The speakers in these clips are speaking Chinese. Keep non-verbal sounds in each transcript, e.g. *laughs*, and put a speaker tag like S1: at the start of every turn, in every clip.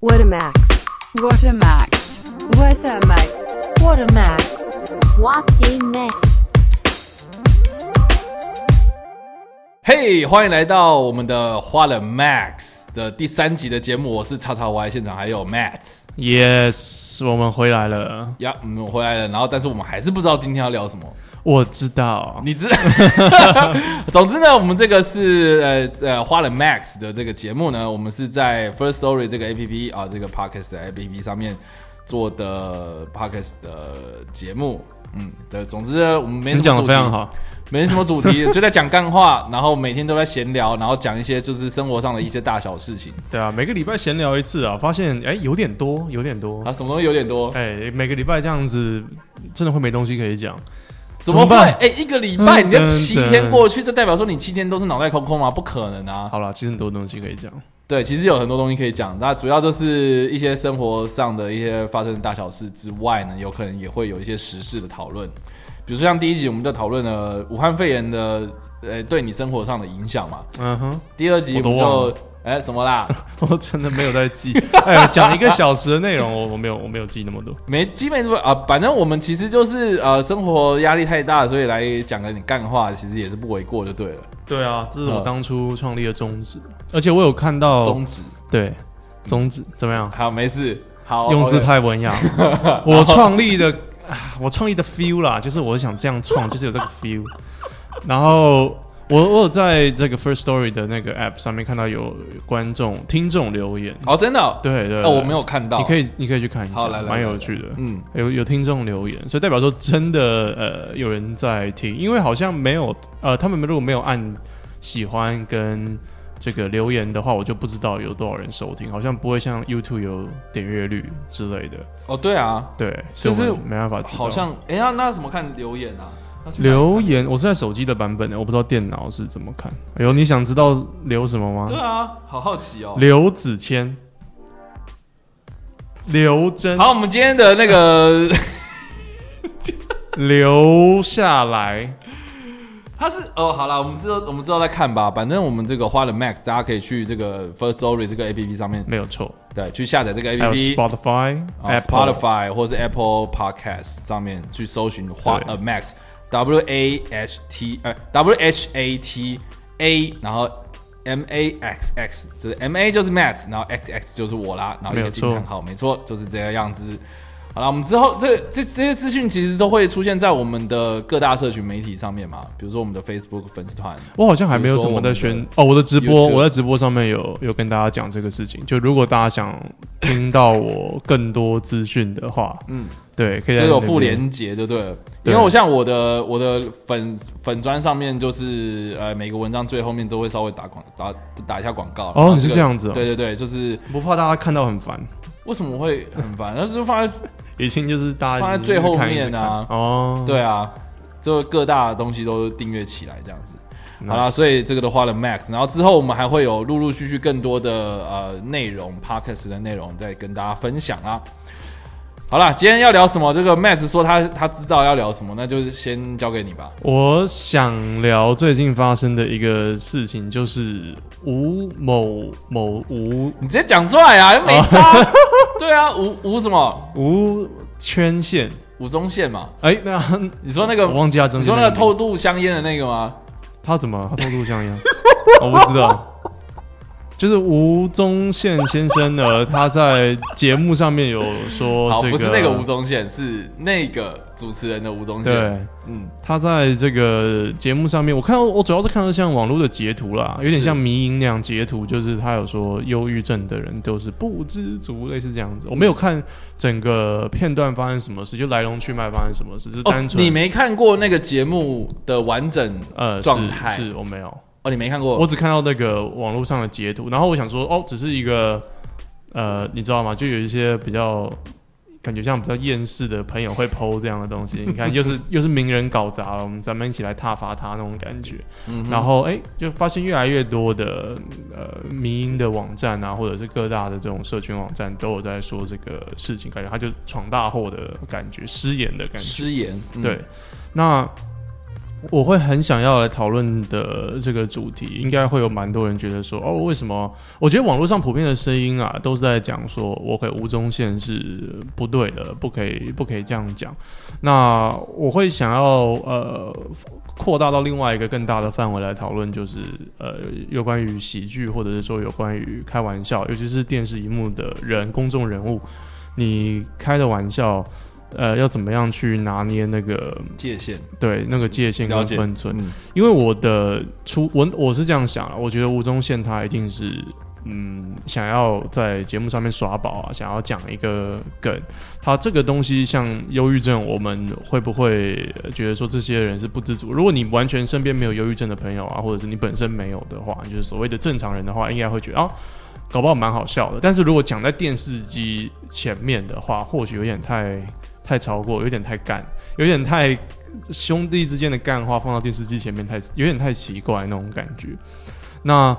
S1: What a max.
S2: What a max.
S1: What a max. What a max.
S3: What a max.
S4: 嘿欢迎来到我们的花了 Max 的第三集的节目，我是叉叉 Y，现场还有 Max
S5: Yes，我们回来了。
S4: 呀，嗯，我回来了，然后但是我们还是不知道今天要聊什么，
S5: 我知道，
S4: 你知？ *laughs* 总之呢，我们这个是呃呃花了 Max 的这个节目呢，我们是在 First Story 这个 A P P 啊，这个 Podcast 的 A P P 上面做的 Podcast 的节目，嗯，对，总之呢我们没什
S5: 你
S4: 么
S5: 讲的
S4: 主
S5: 非常
S4: 题
S5: 好。
S4: 没什么主题，就在讲干话，然后每天都在闲聊，然后讲一些就是生活上的一些大小事情。
S5: 对啊，每个礼拜闲聊一次啊，发现哎、有点多，有点多。
S4: 啊，什么东西有点多？
S5: 哎、每个礼拜这样子，真的会没东西可以讲。
S4: 怎么
S5: 怎么
S4: 会？
S5: 办
S4: 哎、一个礼拜
S5: 嗯
S4: 你就
S5: 嗯
S4: 七
S5: 对
S4: 天过去，就代表说你七天都是脑袋空空吗？不可能啊！
S5: 好啦，其实很多东西可以讲。
S4: 对，其实有很多东西可以讲，那主要就是一些生活上的一些发生的大小事之外呢，有可能也会有一些时事的讨论，比如说像第一集我们就讨论了武汉肺炎的呃对你生活上的影响嘛，
S5: 嗯哼， *laughs*
S4: 第二集
S5: 我
S4: 我
S5: 都
S4: 们
S5: 忘
S4: 就
S5: 了
S4: 哎、什么啦？ *laughs*
S5: 我真的没有在记。哎、讲一个小时的内容，我我没有我没有记那么多。
S4: 没，基本上啊、反正我们其实就是呃，生活压力太大，所以来讲个你干话，其实也是不为过就对了。
S5: 对啊，这是
S4: 嗯
S5: 我当初创立的宗旨，而且我有看到
S4: 宗旨，
S5: 对宗旨怎么样？
S4: 好，没事，好，哦
S5: 用字
S4: OK
S5: 太文雅了。 *laughs* 我创立的，啊我创立的 feel 啦，就是我想这样创，就是有这个 feel。然后我我有在这个 First Story 的那个 app 上面看到有观众听众留言，
S4: 哦，真的、哦，
S5: 对对
S4: 哦，我没有，看
S5: 对
S4: 到，
S5: 你可
S4: 以，
S5: 以你可以去看一
S4: 好
S5: 下
S4: 来，来
S5: 蛮
S4: 来
S5: 有
S4: 来
S5: 趣的。
S4: 嗯，
S5: 有有听众留言，所以代表说真的呃有人在听，因为好像没有呃他们如果没有按喜欢跟这个留言的话，我就不知道有多少人收听，好像不会像 YouTube 有点阅率之类的，
S4: 哦，对啊，
S5: 对，
S4: 就
S5: 所
S4: 是
S5: 以我们没办法知道。
S4: 好像，哎、呀，那怎么看留言啊？那去哪里
S5: 留
S4: 看，
S5: 言我是在手机的版本的，我不知道电脑是怎么看。哎呦，你想知道留什么吗？
S4: 对啊，好好奇哦。
S5: 刘子谦，刘真，
S4: 好，我们今天的那个， *laughs*
S5: 留下来。
S4: 他是哦，好了，我们之后我们之后再看吧。反正我们这个花了 Max，大家可以去这个 First Story 这个 A P P 上面，
S5: 没有错，
S4: 对，去下载这个 A
S5: 还
S4: P P。
S5: 有 Spotify、
S4: 啊
S5: Apple
S4: Spotify 或是 Apple Podcast 上面去搜寻花
S5: 对
S4: a Max W A H T 呃 W H A T A，然后 M A X X 就是 M A 就是 Max，然后 X X 就是我啦，然后一
S5: 没
S4: 个
S5: 有
S4: 惊
S5: 错
S4: 叹号，没错，就是这个样子。好了，我们之后这这这些资讯其实都会出现在我们的各大社群媒体上面嘛，比如说我们的 Facebook 粉丝团，
S5: 我好像还没有怎么在
S4: 比如
S5: 宣
S4: 说
S5: 哦，我的直播，
S4: YouTube
S5: 我在直播上面有有跟大家讲这个事情。就如果大家想听到我更多资讯的话，
S4: 嗯
S5: 嗯，对，可以在
S4: 就有
S5: 那
S4: 附
S5: 边
S4: 连结，对不对？因
S5: 对
S4: 为我像我的我的粉粉砖上面，就是呃每个文章最后面都会稍微打广打打一下广告。然后
S5: 哦，你是这样子哦，
S4: 对对对，就是
S5: 不怕大家看到很烦，
S4: 为什么会很烦？那就是
S5: 嗯
S4: 放在
S5: 已经就是大家
S4: 放在
S5: 已经
S4: 最后
S5: 看一直
S4: 面啊
S5: 看哦，
S4: 对啊，就各大的东西都订阅起来这样子。
S5: Nice，
S4: 好啦，所以这个的话了 Max，然后之后我们还会有陆陆续续更多的呃内容 Podcast 的内容再跟大家分享啦。好啦，今天要聊什么？这个 Max 说他他知道要聊什么，那就是先交给你吧。
S5: 我想聊最近发生的一个事情，就是吴某某吴
S4: 你直接讲出来
S5: 哦
S4: 啊，又没差。 *laughs* 对啊，吴吴什么？
S5: 吴圈线，
S4: 吴宗宪嘛？
S5: 哎，那 *laughs*
S4: 你说那个
S5: 我，忘记他真
S4: 你说那个偷渡香烟的那个吗？
S5: 他怎么他偷录像一样？ *laughs* 我不知道。就是吴宗宪先生呢，他在节目上面有说
S4: 好，
S5: 哦这个，啊
S4: 不是那个吴宗宪，是那个主持人的吴宗宪。
S5: 对，
S4: 嗯，
S5: 他在这个节目上面，我看到我主要是看到像网络的截图啦，有点
S4: 是
S5: 像迷影那样截图，就是他有说忧郁症的人都是不知足，类似这样子。我没有看整个片段发生什么事，就来龙去脉发生什么事，是
S4: 哦
S5: 单，纯、
S4: 你没看过那个节目的完整
S5: 呃
S4: 状态
S5: 是是我没有，
S4: 哦，你没看过。
S5: 我只看到那个网络上的截图，然后我想说哦，只是一个呃，你知道吗？就有一些比较。感觉像比较厌世的朋友会剖这样的东西，
S4: *laughs*
S5: 你看又是又是名人搞砸了，我们咱们一起来挞伐他那种感觉。
S4: 嗯哼
S5: 然后哎、诶就发现越来越多的呃迷音的网站啊，或者是各大的这种社群网站都有在说这个事情，感觉他
S4: 嗯
S5: 就闯大祸的感觉，失言的感觉。
S4: 失言，嗯
S5: 对，那我会很想要来讨论的这个主题，应该会有蛮多人觉得说，哦，为什么？我觉得网络上普遍的声音啊，都是在讲说，我可以吴宗宪是不对的，不可以不可以这样讲。那我会想要呃，扩大到另外一个更大的范围来讨论，就是呃，有关于喜剧，或者是说有关于开玩笑，尤其是电视荧幕的人，公众人物，你开的玩笑。呃，要怎么样去拿捏那个
S4: 界限
S5: 对那个界限
S4: 了
S5: 跟
S4: 解
S5: 分寸？
S4: 嗯
S5: 因为我的出我我是这样想啊，我觉得吴宗宪他一定是嗯想要在节目上面耍宝啊，想要讲一个梗。他这个东西像忧郁症，我们会不会呃觉得说这些人是不知足？如果你完全身边没有忧郁症的朋友啊，或者是你本身没有的话，就是所谓的正常人的话，应该会觉得啊。搞不好蛮好笑的，但是如果讲在电视机前面的话，或许有点太太超过，有点太干，有点太兄弟之间的干话放到电视机前面太有点太奇怪那种感觉。那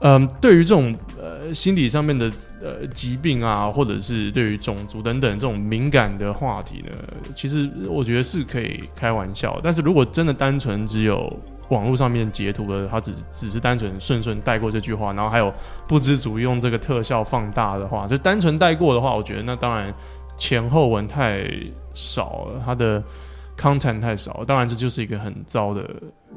S5: 嗯，对于这种呃心理上面的呃疾病啊，或者是对于种族等等这种敏感的话题呢，其实我觉得是可以开玩笑。但是如果真的单纯只有网络上面截图的，他只只是单纯顺顺带过这句话，然后还有不知足用这个特效放大的话，就单纯带过的话，我觉得那当然前后文太少了，它的 content 太少了，当然这就是一个很糟的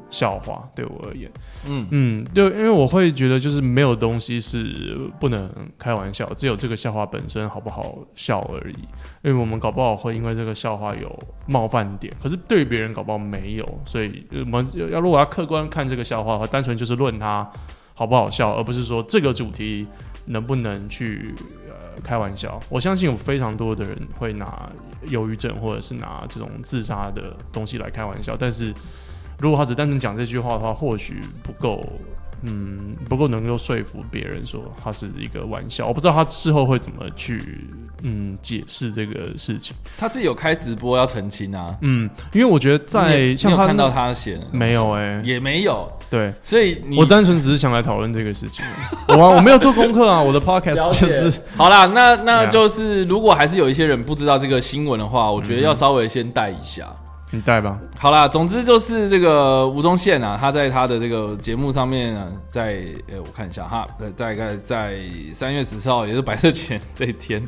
S5: 笑话，对我而言。
S4: 嗯，
S5: 嗯，对，因为我会觉得就是没有东西是不能开玩笑，只有这个笑话本身好不好笑而已。因为我们搞不好会因为这个笑话有冒犯点，可是对别人搞不好没有，所以呃我们要如果要客观看这个笑话的话，单纯就是论它好不好笑，而不是说这个主题能不能去呃开玩笑。我相信有非常多的人会拿忧郁症或者是拿这种自杀的东西来开玩笑，但是如果他只单纯讲这句话的话，或许不够，嗯，不够能够说服别人说他是一个玩笑。我不知道他事后会怎么去，嗯，解释这个事情。
S4: 他自己有开直播要澄清啊，
S5: 嗯，因为我觉
S4: *laughs*
S5: 得
S4: 你
S5: 在
S4: 有
S5: 像
S4: 你
S5: 他
S4: 有看到
S5: 那
S4: 他写的东西
S5: 没有哎、
S4: 也没有，
S5: 对。
S4: 所以你
S5: 我单纯只是想来讨论这
S4: *laughs*
S5: 个事情，我啊我没有做功课啊，我的 podcast
S4: 了解
S5: 就是
S4: 好啦，那那
S5: Yeah
S4: 就是如果还是有一些人不知道这个新闻的话，我觉
S5: 嗯
S4: 得要稍微先带一下。
S5: 你带吧，
S4: 好啦，总之就是这个吴宗宪啊，他在他的这个节目上面呢，在呃，我看一下哈，呃大概在三月十四号，也就是白色情人这一天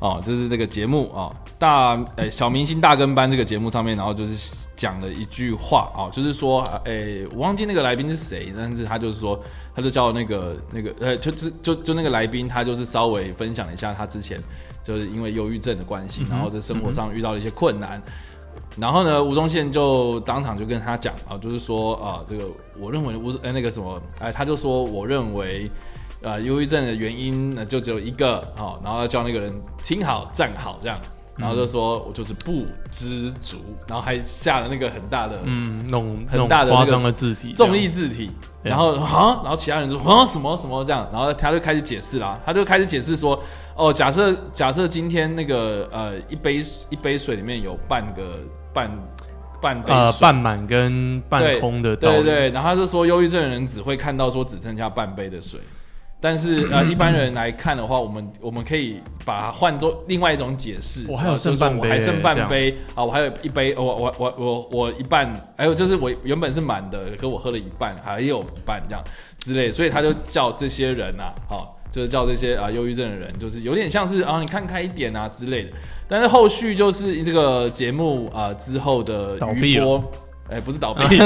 S4: 哦，就是这个节目哦，大呃小明星大跟班这个节目上面，然后就是讲了一句话哦，就是说呃，我忘记那个来宾是谁，但是他就是说，他就叫那个那个呃，就就就就那个来宾，他就是稍微分享一下他之前就是因为忧郁症的关系，然后在生活上遇到了一些困难。然后呢，吴宗宪就当场就跟他讲啊，就是说啊，这个我认为吴呃那个什么，哎，他就说我认为，呃，忧郁症的原因呢就只有一个哦，然后要叫那个人听好站好这样，然后就说我就是不知足，然后还下了那个很大的
S5: 嗯，弄
S4: 很
S5: 弄
S4: 大的那
S5: 夸
S4: 个
S5: 张的字体，
S4: 重力字体，
S5: 对
S4: 然后啊，然后其他人就说啊什么什么这样，然后他就开始解释啦，他就开始解释说，哦，假设假设今天那个呃一杯一杯水里面有半个半半杯
S5: 这样呃
S4: 水
S5: 半满跟半
S4: 对
S5: 空的道理，
S4: 对对对，然后他就说忧郁症的人只会看到说只剩下半杯的水，但是
S5: *laughs*
S4: 呃一般人来看的话，我们我们可以把它换作另外一种解释，
S5: 我还有
S4: 呃
S5: 剩
S4: 就是说
S5: 半
S4: 我还
S5: 杯
S4: 剩
S5: 这
S4: 半
S5: 样
S4: 杯啊，我还有一杯，我我我我我一半，还有就是我原本是满的，可我喝了一半，还有一半这样之类，所以他就叫这些人呐、啊，哦。就是叫这些啊忧郁症的人，就是有点像是啊你看开一点啊之类的，但是后续就是这个节目啊、呃之后的
S5: 倒
S4: 余
S5: 闭了
S4: 波，哎、不是倒
S5: *laughs*
S4: 闭，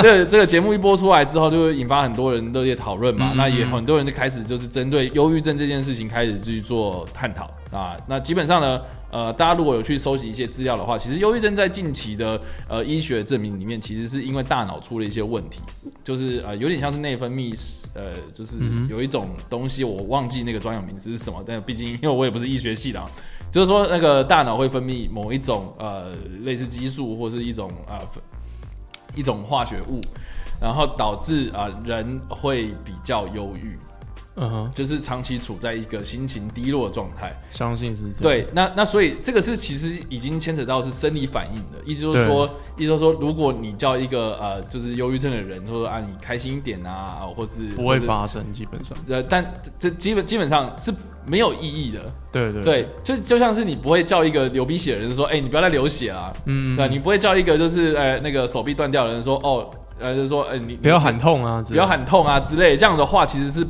S4: 这个这个节目一播出来之后，就会引发很多人热烈讨论嘛。
S5: 嗯嗯
S4: 那也
S5: 嗯
S4: 很多人就开始就是针对忧郁症这件事情开始去做探讨啊。那基本上呢，呃，大家如果有去收集一些资料的话，其实忧郁症在近期的呃医学证明里面，其实是因为大脑出了一些问题，就是呃有点像是内分泌呃，就是有一种东西我忘记那个专有名词是什么，但毕竟因为我也不是医学系的、啊，就是说那个大脑会分泌某一种呃类似激素或是一种呃一种化学物，然后导致啊、呃人会比较忧郁，
S5: 嗯哼，
S4: 就是长期处在一个心情低落的状态。
S5: 相信是这样，
S4: 对，那那所以这个是其实已经牵扯到是生理反应的，意思就是
S5: 对
S4: 说，意思就是说，如果你叫一个呃就是忧郁症的人说啊你开心一点啊，啊或是
S5: 不会
S4: 或是
S5: 发生，基本上。
S4: 呃，但这基本基本上是没有意义的。
S5: 对对
S4: 对，就就像是你不会叫一个流鼻血的人说，哎、你不要再流血啦。
S5: 嗯，
S4: 对，你不会叫一个就是呃那个手臂断掉的人说，哦，呃，就说，呃，你
S5: 不要喊痛啊，
S4: 不要，喊痛啊之类，这样的话其实是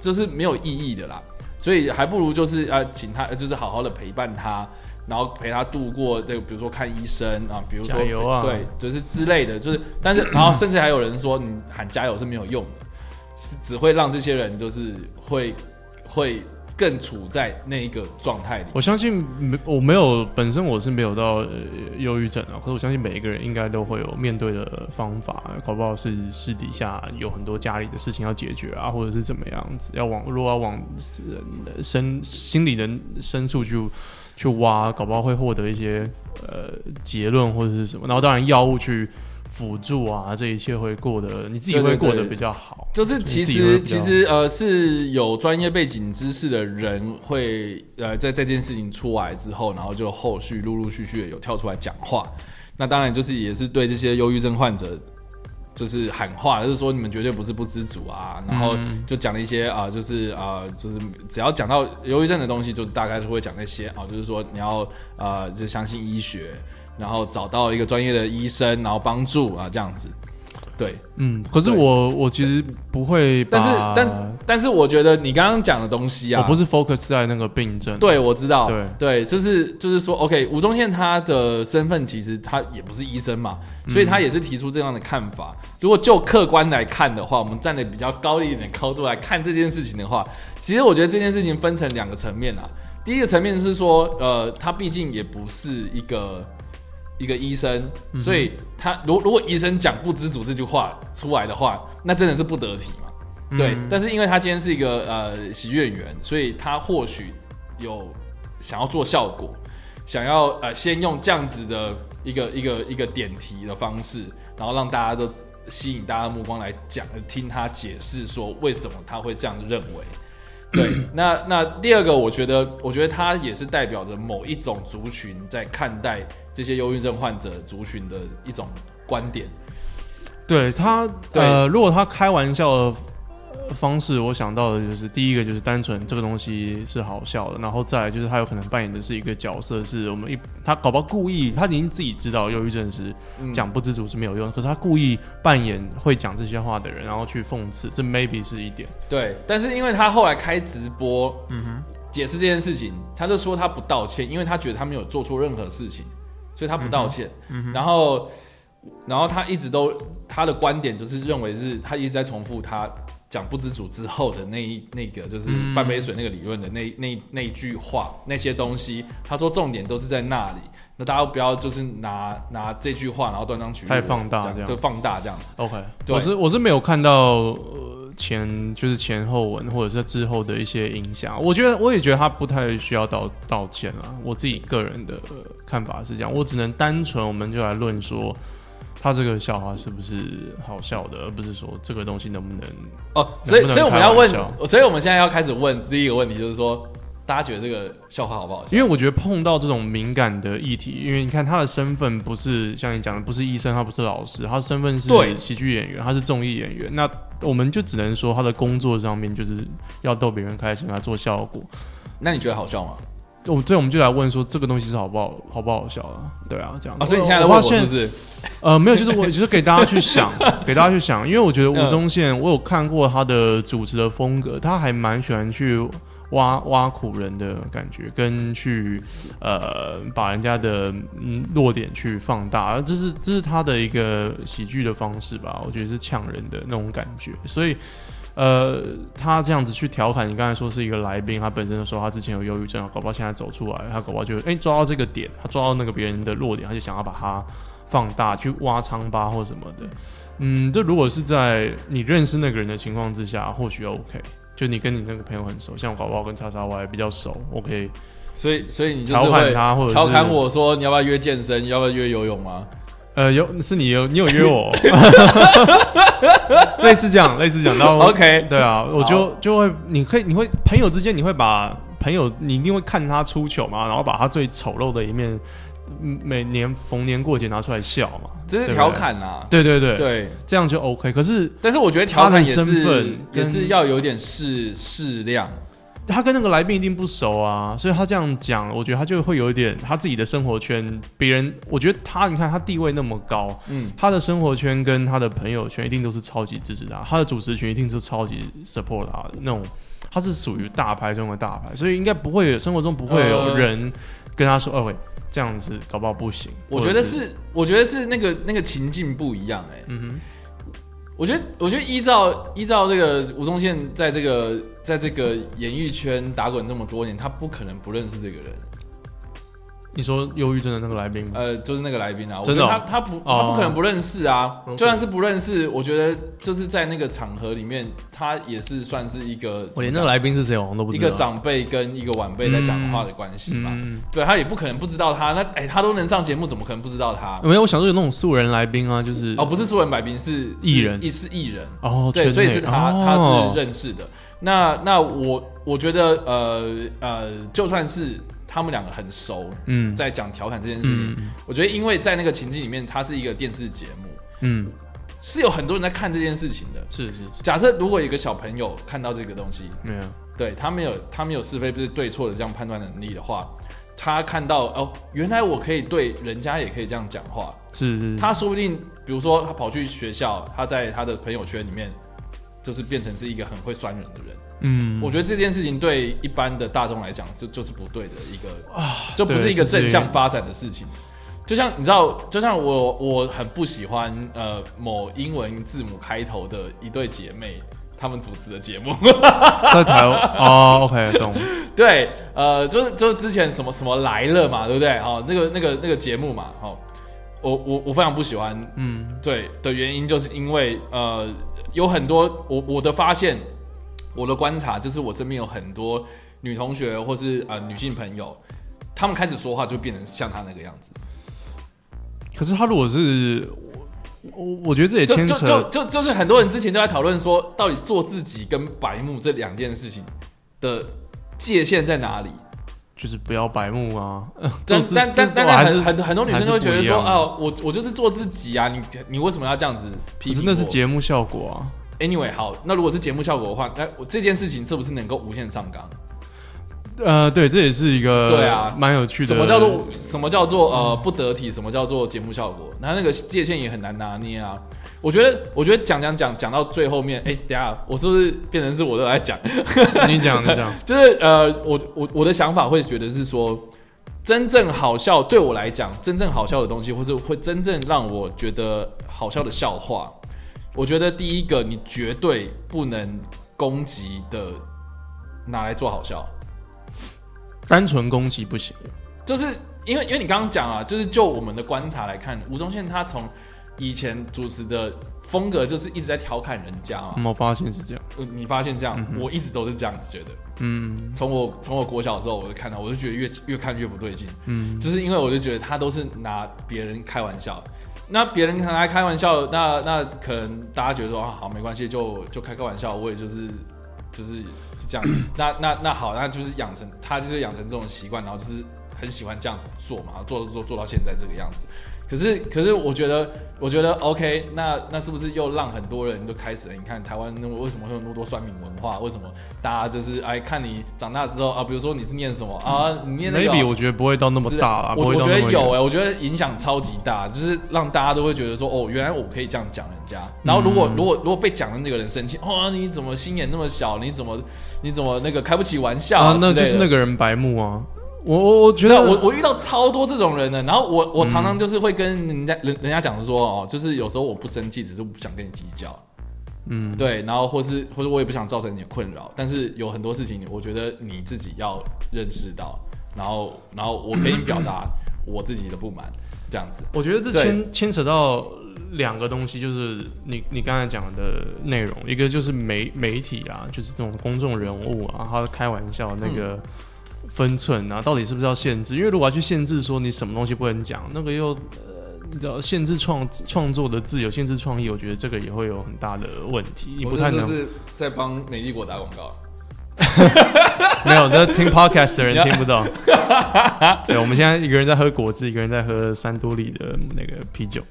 S4: 就是没有意义的啦。所以还不如就是呃，请他就是好好的陪伴他，然后陪他度过这个，比如说看医生啊，比如说
S5: 加油啊
S4: 对，就是之类的，就是但是然后甚至还有人说你喊加油是没有用的，是只会让这些人就是会会更处在那一个状态里。
S5: 我相信没我没有本身我是没有到呃忧郁症啊，可是我相信每一个人应该都会有面对的方法，搞不好是私底下有很多家里的事情要解决啊，或者是怎么样子，要往如果要往呃深心理的深处去去挖，搞不好会获得一些呃结论或者是什么，然后当然药物去辅助啊，这一切会过得你自己
S4: 对对
S5: 会过得
S4: 对
S5: 比较好，
S4: 就是其
S5: 自己会
S4: 实
S5: 比较
S4: 其实呃是有专业背景知识的人会呃在在这件事情出来之后，然后就后续陆陆续续地有跳出来讲话。那当然就是也是对这些忧郁症患者就是喊话，就是说你们绝对不是不知足啊，
S5: 嗯
S4: 然后就讲了一些啊、就是啊、就是只要讲到忧郁症的东西，就是大概就会讲那些啊、就是说你要呃就相信医学，然后找到一个专业的医生，然后帮助啊这样子。对，
S5: 嗯，可是
S4: 对
S5: 我我其实不会把，
S4: 但是，但但是，我觉得你刚刚讲的东西啊，
S5: 啊我不
S4: 是
S5: 是 focus 在那个病症，
S4: 对，我知道，
S5: 对
S4: 就是就是说，OK，吴宗宪他的身份其实他也不是医生嘛，所以他也是提出这样的看法。如果就客观来看的话，我们站得比较高一点的高度来看这件事情的话，其实我觉得这件事情分成两个层面啊。第一个层面是说，呃，他毕竟也不是一个一个医生，所以他如如果医生讲不知足这句话出来的话，那真的是不得体嘛。对，但是因为他今天是一个呃喜剧演员，所以他或许有想要做效果，想要呃先用这样子的一个一个一个点题的方式，然后让大家都吸引大家的目光来讲，听他解释说为什么他会这样认为。对，那那第二个，我觉得，我觉得他也是代表着某一种族群在看待这些忧郁症患者族群的一种观点。
S5: 对他，
S4: 对
S5: 呃，如果他开玩笑的方式，我想到的就是第一个就是单纯这个东西是好笑的，然后再来就是他有可能扮演的是一个角色，是我们一他搞不好故意，他已经自己知道忧郁症是
S4: 嗯
S5: 讲不知足是没有用，可是他故意扮演会讲这些话的人，然后去讽刺，这 maybe 是一点，
S4: 对，但是因为他后来开直播，嗯哼，解释这件事情，他就说他不道歉，因为他觉得他没有做错任何事情，所以他不道歉。
S5: 嗯
S4: 然后，然后他一直都他的观点就是认为是他一直在重复他讲不知足之后的那一那个就是
S5: 嗯
S4: 半杯水那个理论的那那那一句话那些东西，他说重点都是在那里。那大家不要就是拿拿这句话，然后断章取义，
S5: 太放大这样
S4: 就放大这样子。
S5: OK，
S4: 对
S5: 我是我是没有看到、呃、前就是前后文或者是之后的一些影响。我觉得我也觉得他不太需要道道歉啦。我自己个人的、呃看法是这样，我只能单纯我们就来论说他这个笑话是不是好笑的，而不是说这个东西能不能
S4: 哦，所以
S5: 能不能
S4: 所以我们要
S5: 开玩
S4: 问，所以我们现在要开始问第一个问题，就是说，大家觉得这个笑话好不好笑？
S5: 因为我觉得碰到这种敏感的议题，因为你看他的身份不是像你讲的，不是医生，他不是老师，他的身份是
S4: 对
S5: 喜剧演员，他是综艺演员。那我们就只能说他的工作上面就是要逗别人开心，来做效果。
S4: 那你觉得好笑吗？
S5: 我所以我们就来问说这个东西是好不好，好不好笑啊？对啊，这样子。
S4: 啊，所以你现在在
S5: 我
S4: 问
S5: 发
S4: 我是不
S5: 现
S4: 是？
S5: 呃，没有，就是我就是给大家去想，给大家去想，因为我觉得吴宗宪，我有看过他的主持的风格，他还蛮喜欢去挖挖苦人的感觉，跟去呃把人家的嗯弱点去放大，这是这是他的一个喜剧的方式吧，我觉得是呛人的那种感觉，所以。呃，他这样子去调侃，你刚才说是一个来宾，他本身说他之前有忧郁症，搞不好现在走出来，他搞不好就哎、诶抓到这个点，他抓到那个别人的弱点，他就想要把它放大去挖疮疤或什么的。嗯，这如果是在你认识那个人的情况之下，或许 OK。就你跟你那个朋友很熟，像我搞不好跟叉叉 Y 比较熟，OK。
S4: 所以所以你就是
S5: 调侃他
S4: 会
S5: 或者是
S4: 调侃我说你要不要约健身，要不要约游泳吗？
S5: 呃，有是你有你有
S4: *laughs*
S5: 约我， *laughs* 类似这样，类似这样。然后
S4: OK
S5: 对啊，我就就会，你可以，你会朋友之间，你会把朋友，你一定会看他出糗嘛，然后把他最丑陋的一面，嗯每年逢年过节拿出来笑嘛，
S4: 这是
S5: 对不对
S4: 调，侃啊，
S5: 对对对，
S4: 对。
S5: 这样就 OK。可是
S4: 但是我觉得调侃也
S5: 他的身
S4: 是
S5: 份
S4: 也
S5: 跟
S4: 是要有点适适量，
S5: 他跟那个来宾一定不熟啊，所以他这样讲，我觉得他就会有一点他自己的生活圈，别人我觉得他你看他地位那么高，
S4: 嗯，
S5: 他的生活圈跟他的朋友圈一定都是超级支持他，他的主持群一定是超级 support 他的那种，他是属于大牌中的大牌，所以应该不会有生活中不会有
S4: 呃
S5: 人跟他说，哦、喂，这样子搞不好不行。
S4: 我
S5: 或者
S4: 觉得，是，我觉得是那个那个情境不一样哎、
S5: 嗯
S4: 我觉得，我觉得依照依照这个吴宗宪在这个在这个演艺圈打滚这么多年，他不可能不认识这个人。
S5: 嗯哼，你说忧郁症的那个来宾吗？
S4: 呃，就是那个来宾啊，我觉
S5: 真
S4: 得
S5: 的哦
S4: 他他不
S5: 哦
S4: 他不可能不认识啊，
S5: OK
S4: 就算是不认识，我觉得就是在那个场合里面，他也是算是一个
S5: 我连那个来宾是谁，我好像都不
S4: 一
S5: 知道。
S4: 个长辈跟一个晚辈在讲话的关系嘛。
S5: 嗯，
S4: 对他也不可能不知道他，那哎、他都能上节目，怎么可能不知道他？
S5: 没有，我想说有那种素人来宾啊，就是
S4: 哦，不是素人白冰，是是
S5: 艺人
S4: 艺是艺人，
S5: 哦，
S4: 对，
S5: 圈
S4: 所以
S5: 内
S4: 是他，
S5: 哦
S4: 他是认识的。那那我我觉得呃呃，就算是他们两个很熟，
S5: 嗯
S4: 在讲调侃这件事情，
S5: 嗯
S4: 我觉得因为在那个情境里面，它是一个电视节目，
S5: 嗯，
S4: 是有很多人在看这件事情的。
S5: 是是是，
S4: 假设如果有一个小朋友看到这个东西，
S5: 没有，
S4: 对他没有他没有是非不是对错的这样判断能力的话，他看到哦，原来我可以对人家也可以这样讲话，
S5: 是是，
S4: 他说不定，比如说他跑去学校，他在他的朋友圈里面，就是变成是一个很会酸人的人。
S5: 嗯，
S4: 我觉得这件事情对一般的大众来讲，就就是不对的一个，
S5: 啊
S4: 就不是一个正向
S5: 对
S4: 发展的事情。就像你知道，就像我我很不喜欢呃某英文字母开头的一对姐妹。她们主持的节目，
S5: 就是在台湾哦，OK，懂，
S4: 对，呃，就是就是之前什么什么来了嘛，对不对？哦，那个那个那个节目嘛，哦，我我我非常不喜欢
S5: 嗯
S4: 对的原因，就是因为呃，有很多我我的发现，我的观察就是我身边有很多女同学或是呃女性朋友，她们开始说话就变成像她那个样子，
S5: 可是他如果是我，我我觉得这也
S4: 就
S5: 哎牵
S4: 就
S5: 扯
S4: 就就就是很多人之前都在讨论说，到底做自己跟白目这两件事情的界限在哪里？
S5: 就是不要白目啊， *laughs*
S4: 但
S5: 做自
S4: 但但
S5: 自
S4: 但
S5: 我还是
S4: 很很很多女生都会觉得
S5: 还是
S4: 说，
S5: 不一样
S4: 哦，我我就是做自己啊，你你为什么要这样子批
S5: 可是
S4: 评我？
S5: 那是节目效果啊。
S4: Anyway，好，那如果是节目效果的话，那我这件事情是不是能够无限上纲？
S5: 呃，对，这也是一个
S4: 对啊
S5: 蛮有趣的。
S4: 什么叫做什么叫做呃不得体？什么叫做节目效果？那那个界限也很难拿捏啊。我觉得，我觉得讲讲讲讲到最后面，哎、等一下我是不是变成是我都在讲？
S5: 你讲你
S4: *laughs*
S5: 讲，
S4: 就是呃，我我我的想法会觉得是说，真正好笑对我来讲，真正好笑的东西，或是会真正让我觉得好笑的笑话，我觉得第一个你绝对不能攻击的拿来做好笑，
S5: 单纯攻击不行。
S4: 就是因为因为你刚刚讲啊，就是就我们的观察来看，吴宗宪他从以前主持的风格就是一直在调侃人家嘛，
S5: 嗯我发现是这样。
S4: 呃你发现这样，我一直都是这样子觉得。
S5: 嗯
S4: 从我从我国小的时候，我就看到，我就觉得越越看越不对劲，
S5: 嗯，
S4: 就是因为我就觉得他都是拿别人开玩笑，那别人拿来开玩笑，那那可能大家觉得说啊好没关系，就就开个玩笑，我也就是就是就这样，那那那好，那就是养成他就是养成这种习惯，然后就是很喜欢这样子做嘛，做做做到现在这个样子。可是可是我觉得我觉得 OK，那那是不是又让很多人都开始了？你看台湾那么为什么会有那么多酸民文化？为什么大家就是哎看你长大之后啊，比如说你是念什么啊，你念那个哦
S5: maybe 我觉得不会到那么
S4: 是
S5: 大啦，
S4: 我
S5: 不
S4: 我
S5: 会到
S4: 觉
S5: 那
S4: 得
S5: 么
S4: 有哎、
S5: 远
S4: 我觉得影响超级大，就是让大家都会觉得说，哦，原来我可以这样讲人家。然后如果、
S5: 嗯
S4: 如果如果被讲的那个人生气，哦，你怎么心眼那么小？你怎么你怎么那个开不起玩笑
S5: 啊，那就是那
S4: 个。
S5: 个人白目啊。我我我
S4: 知
S5: 觉
S4: 道
S5: 得
S4: 啊我我遇到超多这种人的，然后我我常
S5: 嗯
S4: 常就是会跟人家人、人家讲说哦，就是有时候我不生气，只是我不想跟你计较，
S5: 嗯
S4: 对，然后或是或者我也不想造成你的困扰，但是有很多事情，我觉得你自己要认识到，然后然后我可以表达我自己的不满，这样子。
S5: 我觉得这
S4: 对
S5: 牵牵扯到两个东西，就是你你刚才讲的内容，一个就是媒媒体啊，就是这种公众人物啊，他开玩笑那
S4: 嗯
S5: 个分寸啊，到底是不是要限制？因为如果要去限制说你什么东西不能讲，那个又。呃你知道限制创创作的自由，限制创意，我觉得这个也会有很大的问题。你不
S4: 我
S5: 太
S4: 这
S5: 能
S4: 就是在帮美丽国打广告。
S5: *laughs* 没有，那听 podcast 的人听不到。对，我们现在一个人在喝果汁，一个人在喝三多利的那个啤酒。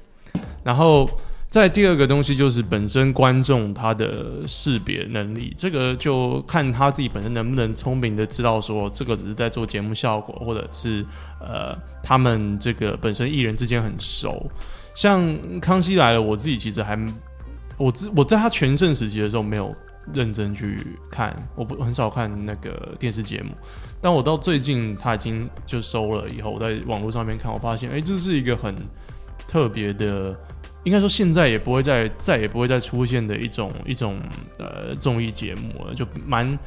S5: 然后在第二个东西就是本身观众他的识别能力，这个就看他自己本身能不能聪明的知道说这个只是在做节目效果，或者是呃他们这个本身艺人之间很熟。像《康熙来了》，我自己其实还我自我在他全盛时期的时候没有认真去看，我不很少看那个电视节目。但我到最近他已经就收了以后，我在网络上面看，我发现哎、诶这是一个很特别的，应该说现在也不会再再也不会再出现的一种一种呃综艺节目了，就蛮。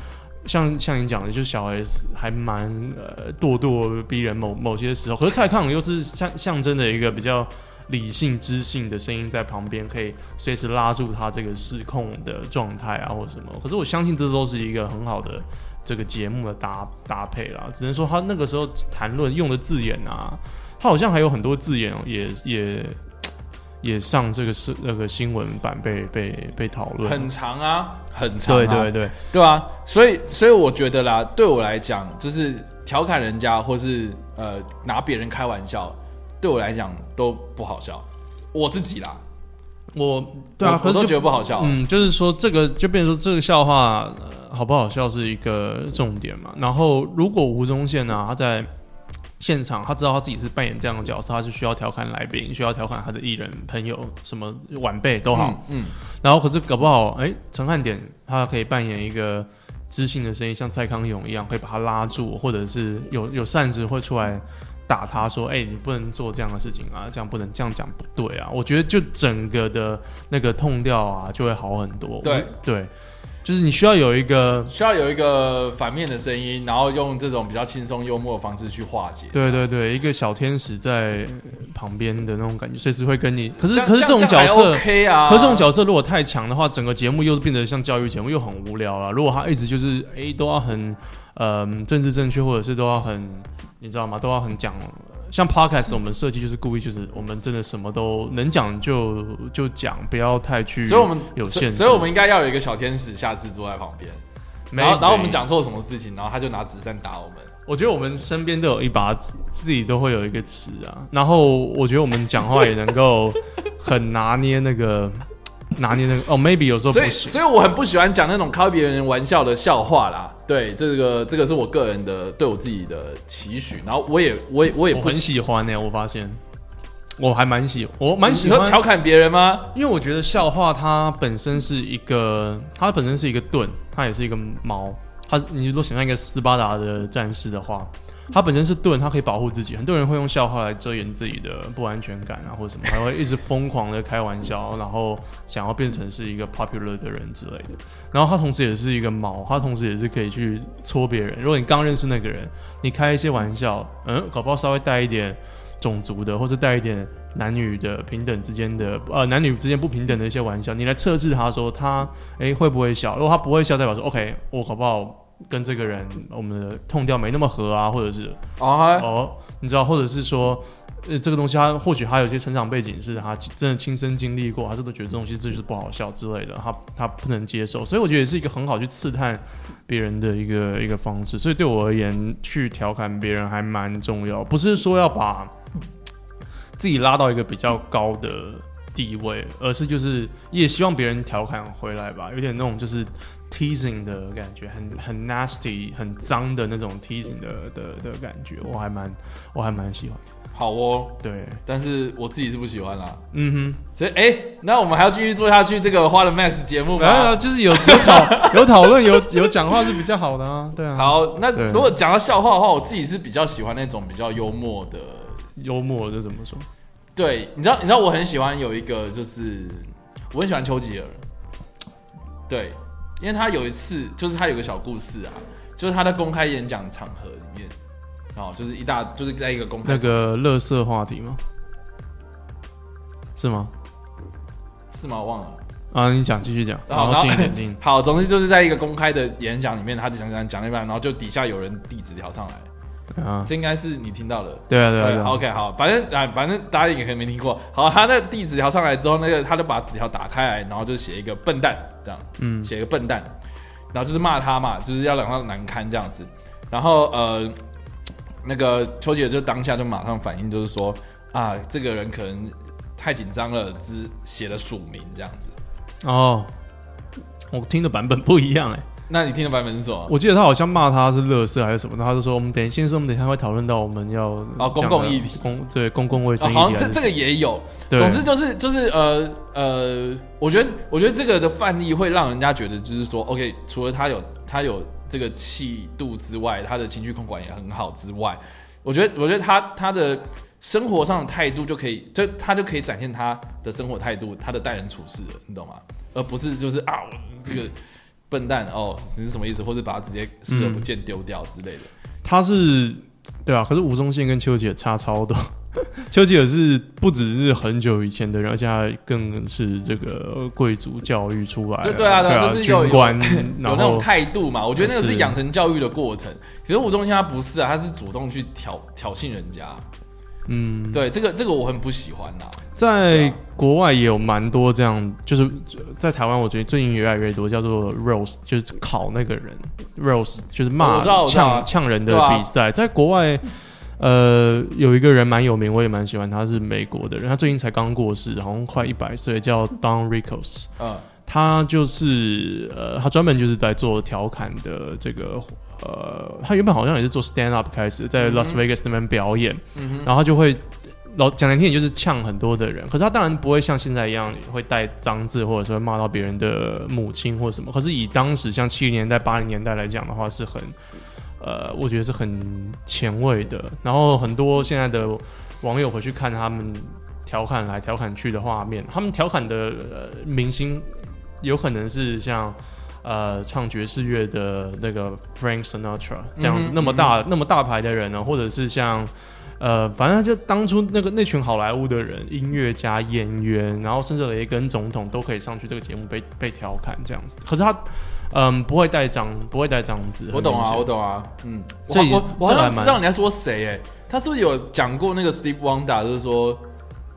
S5: 像像你讲的，就小 S 还蛮呃咄咄逼人某某些时候，可是蔡康永又是象象征着一个比较理性知性的声音在旁边，可以随时拉住他这个失控的状态啊，或者什么。可是我相信这都是一个很好的这个节目的搭搭配啦，只能说他那个时候谈论用的字眼啊，他好像还有很多字眼哦也也也上这个是那个新闻版被被被讨论，
S4: 很长啊，很长、啊，
S5: 对对对，
S4: 对啊，所以所以我觉得啦，对我来讲，就是调侃人家或是呃拿别人开玩笑，对我来讲都不好笑。我自己啦，
S5: 我对啊，
S4: 我我
S5: 可是
S4: 都
S5: 就
S4: 觉得不好笑。
S5: 嗯，就是说这个就变成说这个笑话、呃、好不好笑是一个重点嘛。然后如果吴宗宪呢、他在现场他知道他自己是扮演这样的角色，他是需要调侃来宾，需要调侃他的艺人朋友、什么晚辈都好。
S4: 嗯，
S5: 然后可是搞不好，哎、陈汉典他可以扮演一个知性的声音，像蔡康永一样，可以把他拉住，或者是有有扇子会出来打他说，哎、你不能做这样的事情啊，这样不能这样讲不对啊。我觉得就整个的那个痛调啊，就会好很多。
S4: 对
S5: 对，就是你需要有一个
S4: 嗯，需要有一个反面的声音，然后用这种比较轻松幽默的方式去化解。
S5: 对对对，一个小天使在旁边的那种感觉，随时会跟你。可
S4: 这
S5: 是
S4: 样，
S5: 可是这种角
S4: 样还
S5: 色。
S4: OK 啊，
S5: 可是这种角色如果太强的话，整个节目又变得像教育节目，又很无聊了。如果他一直就是诶都要很嗯、政治正确，或者是都要很你知道吗？都要很讲。像 podcast 我们设计就是故意就是我们真的什么都能讲就就讲，不要太去
S4: 所以我们
S5: 有
S4: 所
S5: 限制。
S4: 所以我们应该要有一个小天使，下次坐在旁边，
S5: 没
S4: 然后然后我们，讲错什么事情，然后他就拿纸扇打我们。
S5: 我觉得我们身边都有一把尺自己都会有一个尺啊。然后我觉得我们讲话也能够很拿捏那个拿捏那个哦，maybe 有时候不
S4: 所以，
S5: 行。
S4: 所以我很不喜欢讲那种开别人玩笑的笑话啦。对，这个这个是我个人的对我自己的期许，然后我也我也我也
S5: 我
S4: 不
S5: 很喜欢呢、我发现，我还蛮喜，我蛮喜
S4: 你说
S5: 欢，
S4: 调侃别人吗？
S5: 因为我觉得笑话它本身是一个，它本身是一个盾，它也是一个矛。它你如果想象一个斯巴达的战士的话，它本身是盾，它可以保护自己。很多人会用笑话来遮掩自己的不安全感啊，或者什么，还会一直疯狂的开玩笑，然后想要变成是一个 popular 的人之类的。然后它同时也是一个矛，它同时也是可以去戳别人。如果你刚认识那个人，你开一些玩笑，嗯，搞不好稍微带一点种族的，或是带一点男女的平等之间的，呃，男女之间不平等的一些玩笑，你来测试他说他，诶会不会笑？如果他不会笑，代表说 OK，我搞不好跟这个人我们的痛调没那么合啊，或者是
S4: 啊，
S5: 哦，你知道，或者是说，呃，这个东西他或许他有些成长背景是他真的亲身经历过，他真的觉得这东西这就是不好笑之类的，他他不能接受，所以我觉得也是一个很好去刺探别人的一个一个方式。所以对我而言，去调侃别人还蛮重要，不是说要把自己拉到一个比较高的。地位，而是就是也希望别人调侃回来吧，有点那种就是 teasing 的感觉，很很 nasty、很脏的那种 teasing 的的的感觉，我还蛮我还蛮喜欢。
S4: 好哦，
S5: 对，
S4: 但是我自己是不喜欢啦。
S5: 嗯
S4: 所以，哎、那我们还要继续做下去这个花了 Max 节目
S5: 哼，然后
S4: 吗？
S5: 就是有有 *laughs* 讨有讨论有有讲话是比较好的 *laughs* 啊，对啊，
S4: 好，那
S5: 对
S4: 如果讲到笑话的话，我自己是比较喜欢那种比较幽默的。
S5: 幽默这怎么说？
S4: 对，你知道，你知道我很喜欢有一个，就是我很喜欢丘吉尔，对，因为他有一次，就是他有个小故事啊，就是他在公开演讲场合里面，哦，就是一大，就是在一个公开
S5: 那个乐色话题吗？是吗？
S4: 是吗？我忘了。
S5: 啊，你讲继续讲，然
S4: 好
S5: 后
S4: 然后
S5: 近一点近一点。
S4: *laughs* 好，总之就是在一个公开的演讲里面，他就讲讲讲一半，然后就底下有人递纸条上来，
S5: *laughs* 啊，
S4: 这应该是你听到的。呃
S5: 对啊对啊对啊，
S4: ，OK，好，反正啊，反正大家也可能没听过。好，他那递纸条上来之后，那个他就把纸条打开来，然后就写一个笨蛋这样，
S5: 嗯
S4: 写一个笨蛋，然后就是骂他嘛，就是要让他难堪这样子。然后呃，那个丘吉尔就当下就马上反应，就是说啊，这个人可能太紧张了，只写了署名这样子。
S5: 哦，我听的版本不一样哎、
S4: 那你听的版本是什么？
S5: 我记得他好像骂他是乐色还是什么，然后他就说我们等一先生，我们等一下会讨论到我们要
S4: 哦公
S5: 讲的
S4: 共议题
S5: 公对公共卫
S4: 啊，
S5: 生议题
S4: 好
S5: 还
S4: 像
S5: 是什
S4: 这这
S5: 么，
S4: 个也有，
S5: 对
S4: 总之就是就是呃呃，我觉得我觉得这个的范例会让人家觉得就是说，OK，除了他有他有这个气度之外，他的情绪控管也很好之外，我觉得我觉得他他的生活上的态度就可以，就他就可以展现他的生活态度，他的待人处事了，你懂吗？而不是就是啊我这个笨蛋哦，你是什么意思？或者把他直接视而不见丢掉之类的。
S5: 他是对啊，可是吴宗宪跟丘吉尔差超多。 *laughs* 丘吉尔是不只是很久以前的人，而且他更是这个贵族教育出来
S4: 对
S5: 的，
S4: 对啊对
S5: 对
S4: 啊
S5: 啊，
S4: 就是有
S5: 军
S4: *laughs*
S5: 官，
S4: 有
S5: 然
S4: 那种
S5: 后
S4: 态度嘛，我觉得那个是
S5: 是
S4: 养成教育的过程。可是吴宗宪他不是啊，他是主动去挑挑衅人家。
S5: 嗯，
S4: 对，这个这个我很不喜欢啦。
S5: 在国外也有蛮多这样，就是在台湾，我觉得最近越来越多叫做 roast，就是烤那个人 roast，就是
S4: 我
S5: 骂
S4: 知道我知道啊
S5: 呛呛人的
S4: 对啊
S5: 比赛。在国外，呃，有一个人蛮有名，我也蛮喜欢，他是美国的人，他最近才刚过世，好像快一百岁，叫 Don Rickles。
S4: 嗯，
S5: 他就是呃，他专门就是在做调侃的这个呃，他原本好像也是做 stand up 开始，在
S4: 嗯哼
S5: Las Vegas 那边表演，
S4: 嗯哼
S5: 然后他就会老讲难听点就是呛很多的人，可是他当然不会像现在一样会带脏字，或者说骂到别人的母亲或什么，可是以当时像七零年代、八零年代来讲的话，是很呃，我觉得是很前卫的。然后很多现在的网友回去看他们调侃来调侃去的画面，他们调侃的、呃、明星有可能是像呃唱爵士乐的那个 Frank Sinatra 这样
S4: 嗯
S5: 子
S4: 哼
S5: 那么大、那么大牌的人呢，或者是像。呃，反正就当初那个那群好莱坞的人，音乐家、演员，然后甚至雷根总统都可以上去这个节目被被调侃这样子。可是他，嗯，不会带脏，不会带脏字。
S4: 我懂
S5: 很明
S4: 啊，
S5: 显
S4: 我懂啊。嗯，我
S5: 所以
S4: 我我好
S5: 这还
S4: 像
S5: 蛮
S4: 知道你在说谁哎、他是不是有讲过那个 Steve Wonder，就是说，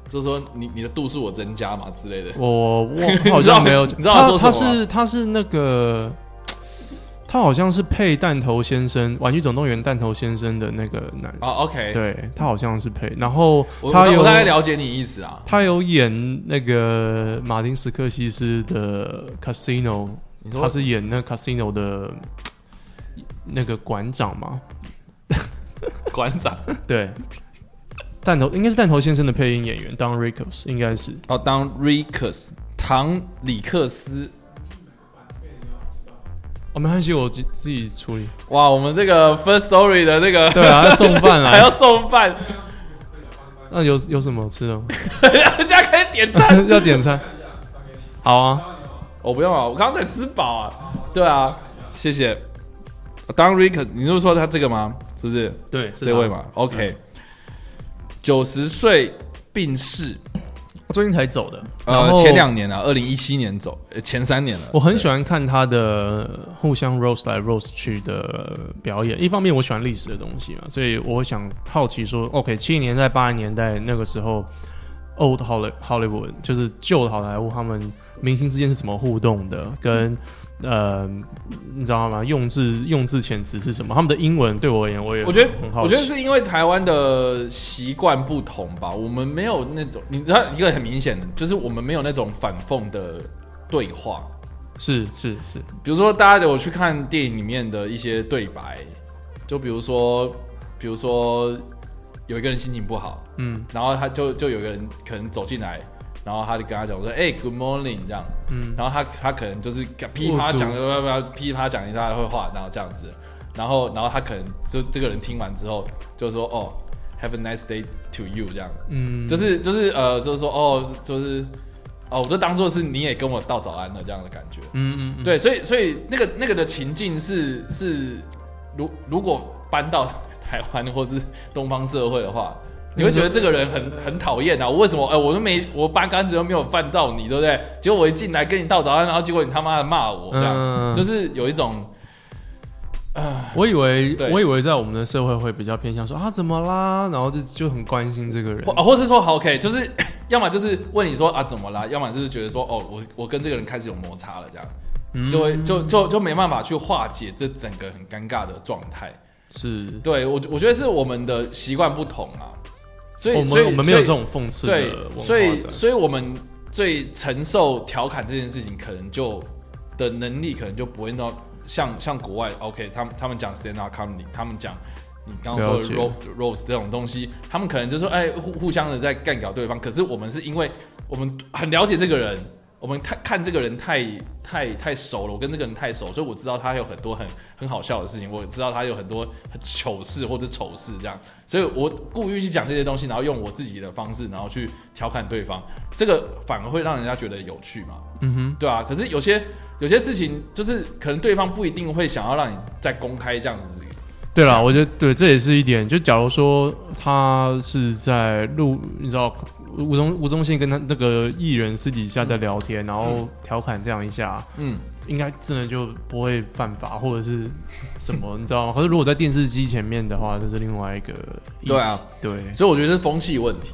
S4: 就是说你你的度数我增加嘛之类的。
S5: 我我
S4: *laughs*
S5: 好像没有，
S4: 你知道你知道我
S5: 他他
S4: 说什么吗
S5: 是他是那个，他好像是配弹头先生《玩具总动员》弹头先生的那个男，
S4: 啊，OK，
S5: 对他好像是配，然后
S4: 我我
S5: 他
S4: 大
S5: 有
S4: 我大概了解你意思啊。
S5: 他有演那个马丁斯科西斯的《Casino
S4: 你》，
S5: 他
S4: 说
S5: 是演那《Casino》的那个馆长嘛，
S4: 馆长
S5: 对。弹头应该是弹头先生的配音演员 Don Rickles，应该是
S4: 哦，当 Ricus 唐里克斯
S5: 哦，没关系，我自己自己处理。
S4: 哇，我们这个 First Story 的这个
S5: 对啊，要送 *laughs* 饭
S4: *laughs* 还
S5: 来
S4: 要，送饭，
S5: 那有有什么吃的吗？ *laughs*
S4: *laughs* 人家开始点赞。
S5: 要点餐。好啊，
S4: 我不用啊，我刚刚在吃饱啊。对啊，谢谢。当 Rick，你就是说他这个吗？是不是
S5: 啊对，
S4: 这位？嘛？OK，九十岁病逝，
S5: 最近才走的，
S4: 呃，前，两年啊，二零一七年走，呃前三年了。
S5: 我很喜欢看他的互相 roast 来 roast 去的表演。一方面我喜欢历史的东西嘛，所以我想好奇说，OK，七零年代、八零年代那个时候，old Holly- Hollywood 就是旧的好莱坞，他们明星之间是怎么互动的，跟。呃，你知道吗？用字用字遣词是什么？他们的英文对我而言，我也
S4: 我觉得
S5: 很，好奇。
S4: 我觉得是因为台湾的习惯不同吧，我们没有那种，你知道一个很明显的，就是我们没有那种反讽的对话。
S5: 是是是，
S4: 比如说大家有去看电影里面的一些对白，就比如说，比如说有一个人心情不好，
S5: 嗯
S4: 然后他就就有一个人可能走进来，然后他就跟他讲说，哎、g o o d morning 这样，
S5: 嗯，
S4: 然后他他可能就是噼啪
S5: 握住
S4: 讲不不不噼啪讲一大堆话，然后这样子，然后然后他可能就这个人听完之后就说，哦，Have a nice day to you 这样，
S5: 嗯，
S4: 就是就是呃，就是说哦，就是哦，我就当做是你也跟我道早安了这样的感觉。
S5: 嗯嗯嗯，
S4: 对，所以所以那个那个的情境是是，如如果搬到 *laughs* 台湾或是东方社会的话，你会觉得这个人很很讨厌啊！我为什么？哎、我都没我八竿子都没有犯到你，对不对？结果我一进来跟你道早安，然后结果你他妈的骂我，这样、
S5: 嗯
S4: 就是有一种，啊、
S5: 我以为
S4: 对
S5: 我以为在我们的社会会比较偏向说啊怎么啦，然后就就很关心这个人
S4: 或。啊或是说好 OK，就是 *coughs* 要么就是问你说啊怎么啦，要么就是觉得说哦我我跟这个人开始有摩擦了，这
S5: 嗯
S4: 样就会就就就没办法去化解这整个很尴尬的状态。
S5: 是
S4: 对我，我觉得是我们的习惯不同啊，所以
S5: 哦我
S4: 所以
S5: 们我们没有
S4: 所以
S5: 这种讽刺的
S4: 对，
S5: 文化
S4: 所以
S5: 在。
S4: 所以我们最承受调侃这件事情，可能就的能力可能就不会到像像国外 OK，他们他们讲 stand up comedy，他们讲你刚刚说
S5: 了解
S4: 的 ro rose 这种东西，他们可能就说哎互互相的在干掉对方，可是我们是因为我们很了解这个人。我们看看这个人太太太熟了，我跟这个人太熟，所以我知道他有很多很很好笑的事情，我知道他有很多很糗事或者丑事这样，所以我故意去讲这些东西，然后用我自己的方式，然后去调侃对方，这个反而会让人家觉得有趣嘛。
S5: 嗯哼，
S4: 对啊，可是有些有些事情，就是可能对方不一定会想要让你再公开这样子。
S5: 对啦，我觉得对，这也是一点。就假如说他是在录，你知道吴宗吴宗宪跟他那个艺人私底下在聊天，然后调侃这样一下，
S4: 嗯，
S5: 应该真的就不会犯法或者是什么，你知道吗？可是如果在电视机前面的话，这是另外一个议题
S4: 对啊，
S5: 对。
S4: 所以我觉得是风气问题。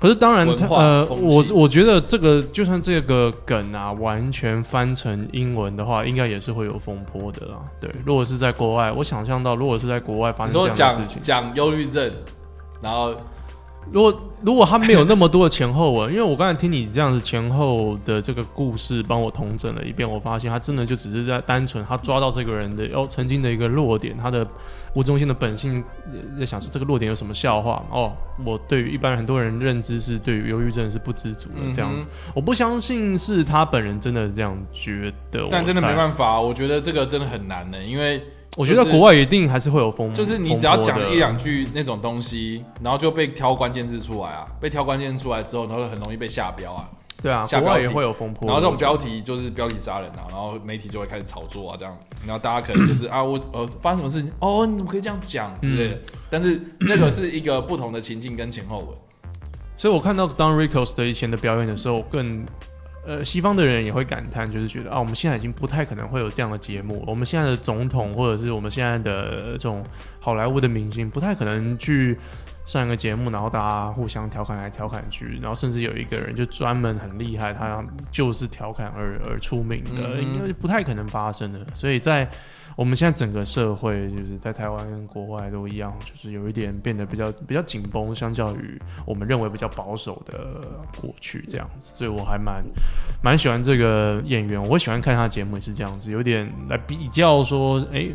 S5: 可是当然
S4: 文
S5: 他，
S4: 化
S5: 呃，
S4: 风
S5: 我
S4: 气
S5: 我觉得这个就算这个梗啊，完全翻成英文的话，应该也是会有风波的啦。对，如果是在国外，我想象到如果是在国外发
S4: 你
S5: 生
S4: 说
S5: 这样啊的事情
S4: 讲，讲忧郁症，然后
S5: 如果如果他没有那么多的前后文，因为我刚才听你这样子前后的这个故事帮我统整了一遍，我发现他真的就只是在单纯他抓到这个人的哦曾经的一个弱点，他的吴宗宪的本性呃在想说这个弱点有什么笑话嘛哦，我对于一般很多人认知是对于忧郁症是不知足的
S4: 嗯哼
S5: 这样子，我不相信是他本人真的这样觉得，
S4: 但真的没
S5: 法，
S4: 办法，我觉得这个真的很难呢，因为
S5: 我觉得
S4: 就是
S5: 国外一定还是会有风，
S4: 就是你只要讲
S5: 风嗯波的
S4: 一两句那种东西，然后就被挑关键字出来啊，被挑关键字出来之后，然后很容易被下标啊，
S5: 对啊，
S4: 下
S5: 国外
S4: 标
S5: 也
S4: 题
S5: 会有风波，
S4: 然后这种标题就是标题杀人啊，然后媒体就会开始炒作啊，这样，然后大家可能就是 *coughs* 啊，我呃发生什么事情，哦，你怎么可以这样讲之
S5: 嗯
S4: 类的。但是那个是一个不同的情境跟前后文，
S5: 所以我看到 Don Rickles 的以前的表演的时候，我更呃西方的人也会感叹，就是觉得啊，我们现在已经不太可能会有这样的节目了，我们现在的总统或者是我们现在的呃这种好莱坞的明星，不太可能去。上一个节目，然后大家互相调侃来调侃去，然后甚至有一个人就专门很厉害，他就是调侃而而出名的，
S4: 嗯
S5: 应该是不太可能发生的。所以在我们现在整个社会，就是在台湾跟国外都一样，就是有一点变得比较比较紧绷，相较于我们认为比较保守的过去这样子。所以我还蛮蛮喜欢这个演员，我喜欢看他的节目也是这样子，有点来比较说，哎、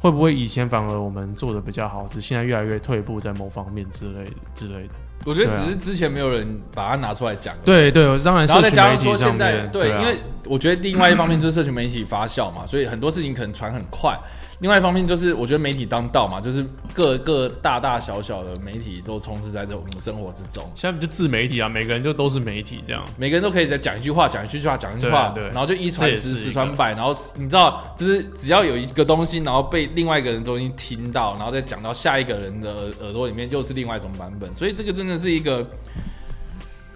S5: 会不会以前反而我们做的比较好，是现在越来越退步在某方面之类之类的？
S4: 我觉得
S5: 对啊
S4: 只是之前没有人把它拿出来讲。
S5: 对对，当然
S4: 然后
S5: 社
S4: 再
S5: 群
S4: 加
S5: 媒
S4: 上说
S5: 体上
S4: 现在
S5: 面，
S4: 对，
S5: 啊
S4: 因为我觉得另外一方面就是社群媒体发酵嘛，所以很多事情可能传很快。另外一方面就是我觉得媒体当道嘛，就是各个大大小小的媒体都充斥在这我们生活之中。
S5: 现在就自媒体啊，每个人就都是媒体这样。
S4: 每个人都可以再讲一句话，讲一句话，讲一句话，
S5: 对对啊
S4: 然后就一
S5: 这
S4: 传
S5: 也是
S4: 十，
S5: 一个
S4: 十传百，然后你知道，就是只要有一个东西，然后被另外一个人中间听到，然后再讲到下一个人的耳耳朵里面，又是另外一种版本，所以这个真的是一个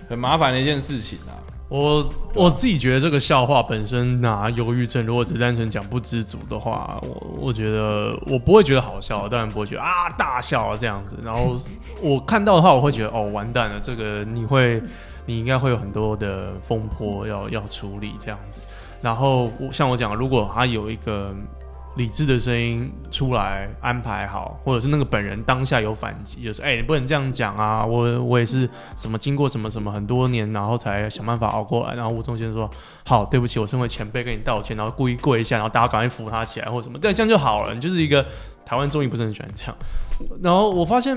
S4: 很麻烦的一件事情啊。
S5: 我我自己觉得这个笑话本身拿忧郁症，如果只单纯讲不知足的话，我我觉得我不会觉得好笑，当然不会觉得啊大笑啊这样子。然后我看到的话，我会觉得哦完蛋了，这个你会你应该会有很多的风波要要处理这样子。然后我像我讲，如果他有一个理智的声音出来安排好，或者是那个本人当下有反击，就是哎、你不能这样讲啊！我我也是什么经过什么什么很多年，然后才想办法熬过来。然后吴宗宪说：“好，对不起，我身为前辈跟你道歉。”然后故意跪一下，然后大家赶快扶他起来或什么，对，这样就好了。你就是一个台湾综艺不是很喜欢这样。然后我发现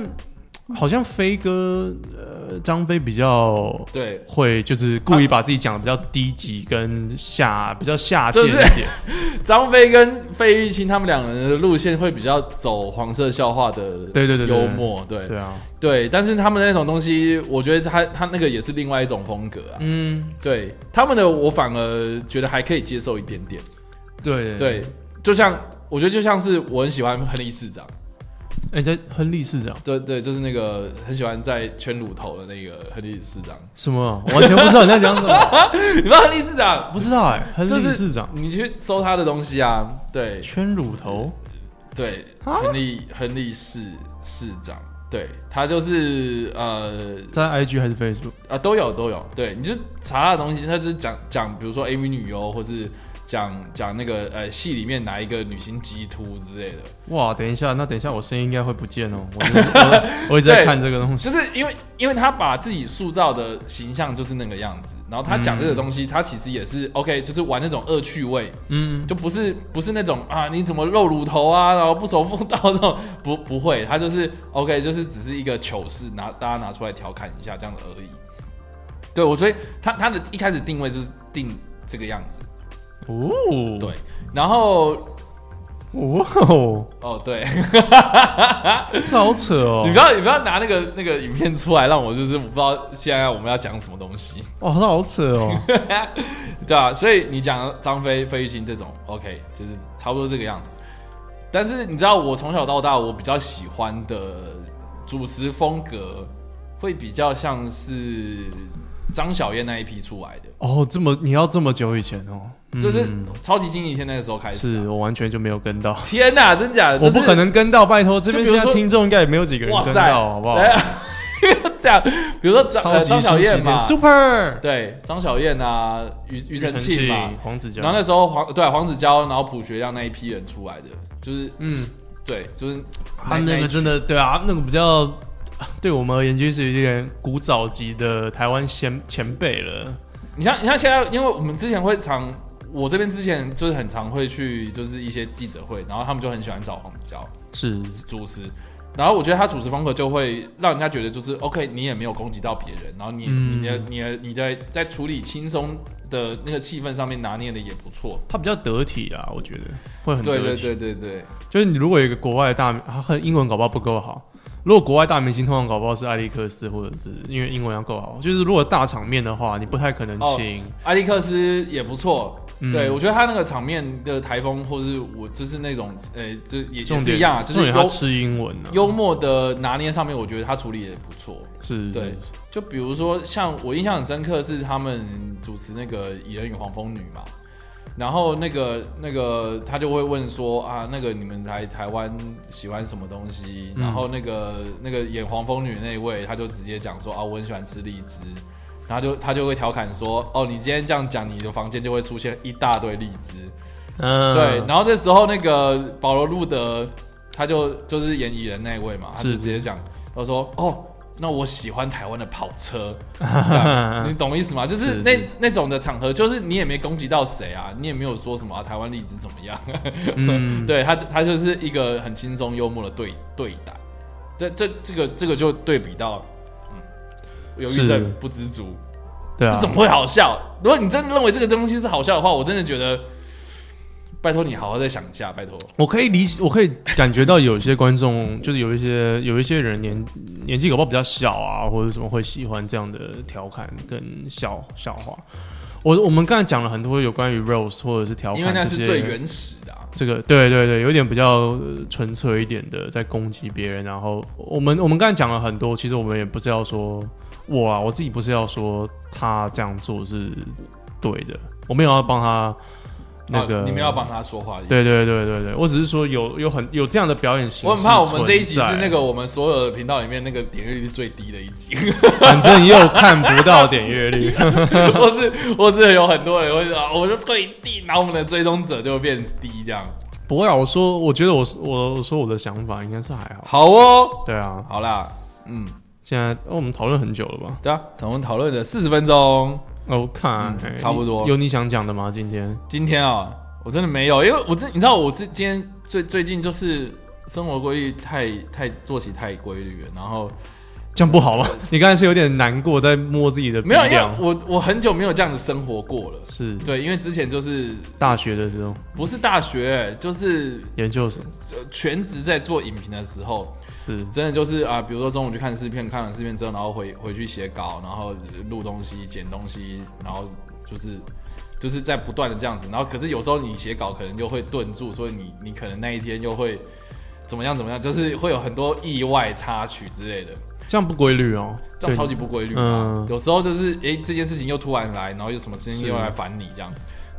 S5: 好像飞哥呃张飞比较
S4: 对，
S5: 会就是故意把自己讲的比较低级跟下比较下贱一
S4: 就是
S5: 点。
S4: 张飞跟费玉清他们两个人的路线会比较走黄色笑话的，
S5: 对对对对
S4: 幽默，对 *laughs*
S5: 对啊，
S4: 对，但是他们那种东西，我觉得他他那个也是另外一种风格啊。
S5: 嗯，
S4: 对他们的，我反而觉得还可以接受一点点。
S5: 对
S4: 对，就像我觉得就像是我很喜欢亨利市长，
S5: 人家亨利市长
S4: 对对，就是那个很喜欢在圈乳头的那个亨利市长。 *laughs*
S5: 什么？我完全不知道你在讲什么，
S4: 你知道亨利市长？
S5: 不知道哎、亨
S4: 就
S5: 利
S4: 是
S5: 市长、
S4: 你去搜他的东西啊，对
S5: 圈乳头，
S4: 对，
S5: 啊
S4: 亨利亨利市市长，对他就是呃
S5: 在 IG 还是 Facebook？
S4: 啊，都有都有，对，你就查他的东西，他就是讲讲，比如说 AV 女优，或是讲讲那个呃戏里面哪一个女星激突之类的，
S5: 哇，等一下，那等一下我声音应该会不见哦，我 *laughs* 我我一直在
S4: 对
S5: 看这个东西，
S4: 就是因为因为他把自己塑造的形象就是那个样子，然后他讲这个东西，他其实也是 OK，就是玩那种恶趣味，
S5: 嗯，
S4: 就不是不是那种啊你怎么露乳头啊，然后不守妇道这种，不不会，他就是 OK，就是只是一个糗事，拿大家拿出来调侃一下这样而已。对我所以他他的一开始定位就是定这个样子，
S5: 哦，
S4: 对，然后
S5: 哇哦，
S4: 哦对。 *laughs*
S5: 这好扯 *laughs* 哦，
S4: 你不要，你不要拿那个那个影片出来，让我就是我不知道现在我们要讲什么东西，
S5: 哇，这好扯 *laughs* 哦，
S4: 对啊，所以你讲张飞、费玉清这种，OK，就是差不多这个样子。但是你知道，我从小到大，我比较喜欢的主持风格，会比较像是张小燕那一批出来的，
S5: 哦，这么你要这么久以前哦，嗯
S4: 就是超级星期天那个时候开始啊、
S5: 是我完全就没有跟到，
S4: 天哪、真假的？
S5: 我
S4: 就是
S5: 不可能跟到，拜托，这边
S4: 就比如
S5: 现
S4: 说
S5: 在听众应该也没有几个人跟到，好不好？
S4: 来 *laughs* 这样，比如说张
S5: 超
S4: 呃
S5: 级
S4: 张小燕
S5: 星期天
S4: 嘛，
S5: ，Super，
S4: 对，张小燕啊，庾庾澄庆嘛，
S5: 黄子佼，
S4: 然后那时候黄对啊黄子佼，然后朴学亮那一批人出来的，就是
S5: 嗯，
S4: 对，就是哎
S5: 他们那个真
S4: 的
S5: 的对啊，那个比较对我们而言就是有点古早级的台湾先前辈了。
S4: 你像你像现在，因为我们之前会常，我这边之前就是很常会去，就是一些记者会，然后他们就很喜欢找黄子佼
S5: 是，
S4: 主持，然后我觉得他主持风格就会让人家觉得就是 OK，你也没有攻击到别人，然后你、
S5: 嗯
S4: 你的你的你在在处理轻松的那个气氛上面拿捏的也不错，
S5: 他比较得体啊，我觉得会很得
S4: 对
S5: 体。
S4: 对对对对，
S5: 就是你如果有一个国外的大明，他很英文搞不好不够好。如果国外大明星通常搞不好是艾利克斯，或者是因为英文要够好。就是如果大场面的话，你不太可能
S4: 哦
S5: 请。
S4: 埃利克斯也不错，
S5: 嗯
S4: 对我觉得他那个场面的台风，或是我就是那种呃，就也也
S5: 重
S4: 是
S5: 点
S4: 一样啊，就
S5: 重
S4: 是
S5: 点他
S4: 幽
S5: 吃英文呢、啊。
S4: 幽默的拿捏上面，我觉得他处理也不错。
S5: 是，
S4: 对
S5: 是
S4: 就比如说像我印象很深刻是他们主持那个《蚁人与黄蜂女》嘛，然后那个那个他就会问说啊，那个你们来台湾喜欢什么东西？
S5: 嗯
S4: 然后那个那个演黄蜂女那一位，他就直接讲说啊，我很喜欢吃荔枝。然后就他就会调侃说：“哦，你今天这样讲，你的房间就会出现一大堆荔枝。
S5: 嗯，
S4: 对，然后这时候那个保罗·路德，他就就是演蚁人那一位嘛，他就是直接讲，他说：“哦，那我喜欢台湾的跑车。这
S5: *laughs*
S4: 样”你懂意思吗？就是
S5: 是
S4: 那那种的场合，就是你也没攻击到谁啊，你也没有说什么、啊、台湾荔枝怎么样，*laughs*
S5: 嗯
S4: 对他他就是一个很轻松幽默的对对待。这这这个这个就对比到，嗯，忧郁
S5: 是
S4: 症不知足。
S5: 对啊
S4: 这怎，么会好笑？如果你真的认为这个东西是好笑的话，我真的觉得，拜托你好好再想一下，拜托。
S5: 我可以理解，我可以感觉到有些观众，就是有一些有一些人年年纪搞不好比较小啊，或者什么会喜欢这样的调侃跟笑笑话。我我们刚才讲了很多有关于 Rose 或者是调侃
S4: 因
S5: 这
S4: 为
S5: 些，
S4: 那是最原始的、啊，
S5: 这个对对对，有点比较呃纯粹一点的在攻击别人。然后我们我们刚才讲了很多，其实我们也不是要说我啊，我自己不是要说他这样做是对的，我没有要帮他那个，
S4: 啊你们要帮他说话的意思。
S5: 对对对对对，我只是说有有很有这样的表演形式。
S4: 我很怕我们这一集是那个，我们所有的频道里面那个点阅率是最低的一集， *laughs*
S5: 反正又看不到点阅率。 *laughs*
S4: 或是或是有很多人会说，啊我就最低，然后我们的追踪者就会变低这样。
S5: 不会啊，我说我觉得我我我说我的想法应该是还好。
S4: 好哦，
S5: 对啊，
S4: 好啦，嗯，
S5: 现在、哦我们讨论很久了吧？
S4: 对啊，我们讨论了四十分钟，
S5: 哦，我看、
S4: 嗯
S5: 哎
S4: 差不多
S5: 你有你想讲的吗？今天
S4: 今天啊，我真的没有，因为我真你知道我这今天最最近就是生活规律太太作息太规律了，然后
S5: 这样不好吗？你刚才是有点难过，在摸自己的鼻
S4: 没有，因为
S5: 梁。
S4: 我我很久没有这样子生活过了。
S5: 是
S4: 对，因为之前就是
S5: 大学的时候，
S4: 不是大学，就是
S5: 研究生
S4: 呃全职在做影评的时候，
S5: 是
S4: 真的就是啊，比如说中午去看试片，看完试片之后，然后回回去写稿，然后录东西、剪东西，然后就是就是在不断的这样子。然后可是有时候你写稿可能就会顿住，所以你你可能那一天又会怎么样怎么样，就是会有很多意外插曲之类的，
S5: 这样不规律哦，
S4: 这样
S5: 对
S4: 超级不规律嘛
S5: 嗯。
S4: 有时候就是诶、这件事情又突然来，然后又什么事情
S5: 是
S4: 又来烦你这样，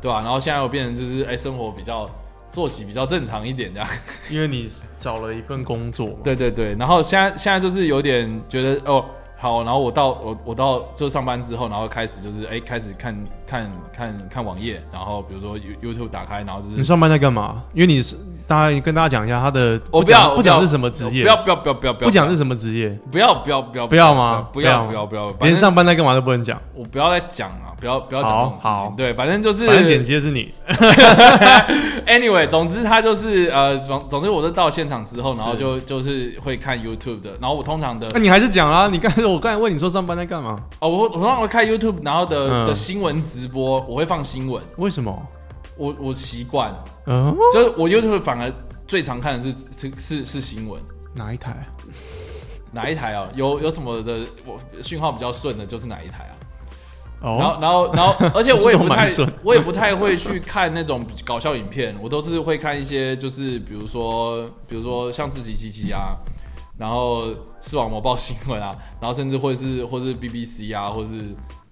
S4: 对吧、然后现在又变成就是诶、生活比较作息比较正常一点这样。
S5: 因为你找了一份工作嘛。
S4: 对对对，然后现在现在就是有点觉得哦好，然后我到我我到就上班之后，然后开始就是哎开始看看看看网页，然后比如说 You YouTube 打开，然后就
S5: 你
S4: 是
S5: 上班在干嘛？因为你是大家跟大家讲一下他的，
S4: 我
S5: 不
S4: 哦要
S5: 讲不讲是什么职业，
S4: 不要不要不要不要
S5: 不讲是什么职业，
S4: 不要不要不要
S5: 不要吗
S4: 不要
S5: 不
S4: 不
S5: 要
S4: 要不要，反
S5: 连
S4: 正
S5: 上班在干嘛都不能讲，
S4: 我不要再讲了，不要不要讲
S5: 好
S4: 这种事
S5: 好
S4: 情。对，反正就是
S5: 反正剪辑的是你，
S4: *laughs*
S5: *laughs*
S4: anyway，总之他就是呃，总总之我是到现场之后，然后就就是会看 YouTube 的，然后我通常的
S5: 那、啊你还是讲啦。你刚才我刚才问你说上班在干嘛，
S4: 哦，我我通常会看 YouTube，然后的、
S5: 嗯
S4: 的新闻直播，我会放新闻，
S5: 为什么？
S4: 我我习惯，
S5: 嗯、
S4: 就是我 YouTube 反而最常看的是是是是新闻。
S5: 哪一台？
S4: 哪一台啊？有有什么的我讯号比较顺的，就是哪一台啊？然
S5: 哦
S4: 后，然后，然后，而且我也
S5: 这
S4: 不
S5: 都
S4: 太
S5: 蛮顺，
S4: 我也不太会去看那种搞笑影片，我都是会看一些，就是比如说，比如说像自己鸡鸡啊，然后视网膜报新闻啊，然后甚至会是或是 BBC 啊，或是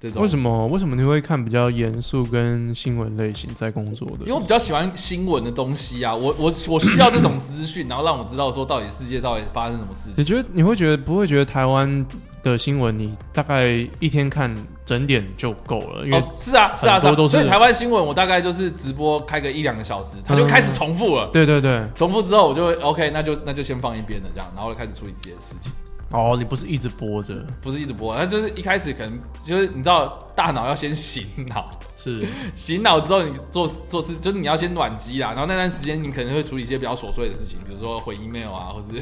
S4: 这种。
S5: 为什
S4: 么？
S5: 么为什么你会看比较严肃跟新闻类型在工作
S4: 因
S5: 的？
S4: 为我比较喜欢新闻的东西啊，我我我需要这种资讯，然后让我知道说到底世界到底发生什么事情。
S5: 你觉得你会觉得不会觉得台湾的新闻你大概一天看整点就够了？因为、
S4: 哦，是啊，是啊，
S5: 很
S4: 是
S5: 多
S4: 啊。
S5: 都是
S4: 所以台湾新闻我大概就是直播开个一两个小时，它就开始重复了。
S5: 对对对，
S4: 重复之后，我就会 OK，那就那就先放一边了，这样，然后就开始处理自己的事情，
S5: 哦，你不是一直播着，
S4: 不是一直播，那就是一开始可能就是你知道，大脑要先醒脑，
S5: 是
S4: 醒脑之后你做做事，就是你要先暖机啦，然后那段时间你可能会处理一些比较琐碎的事情，比如说回 email 啊，或是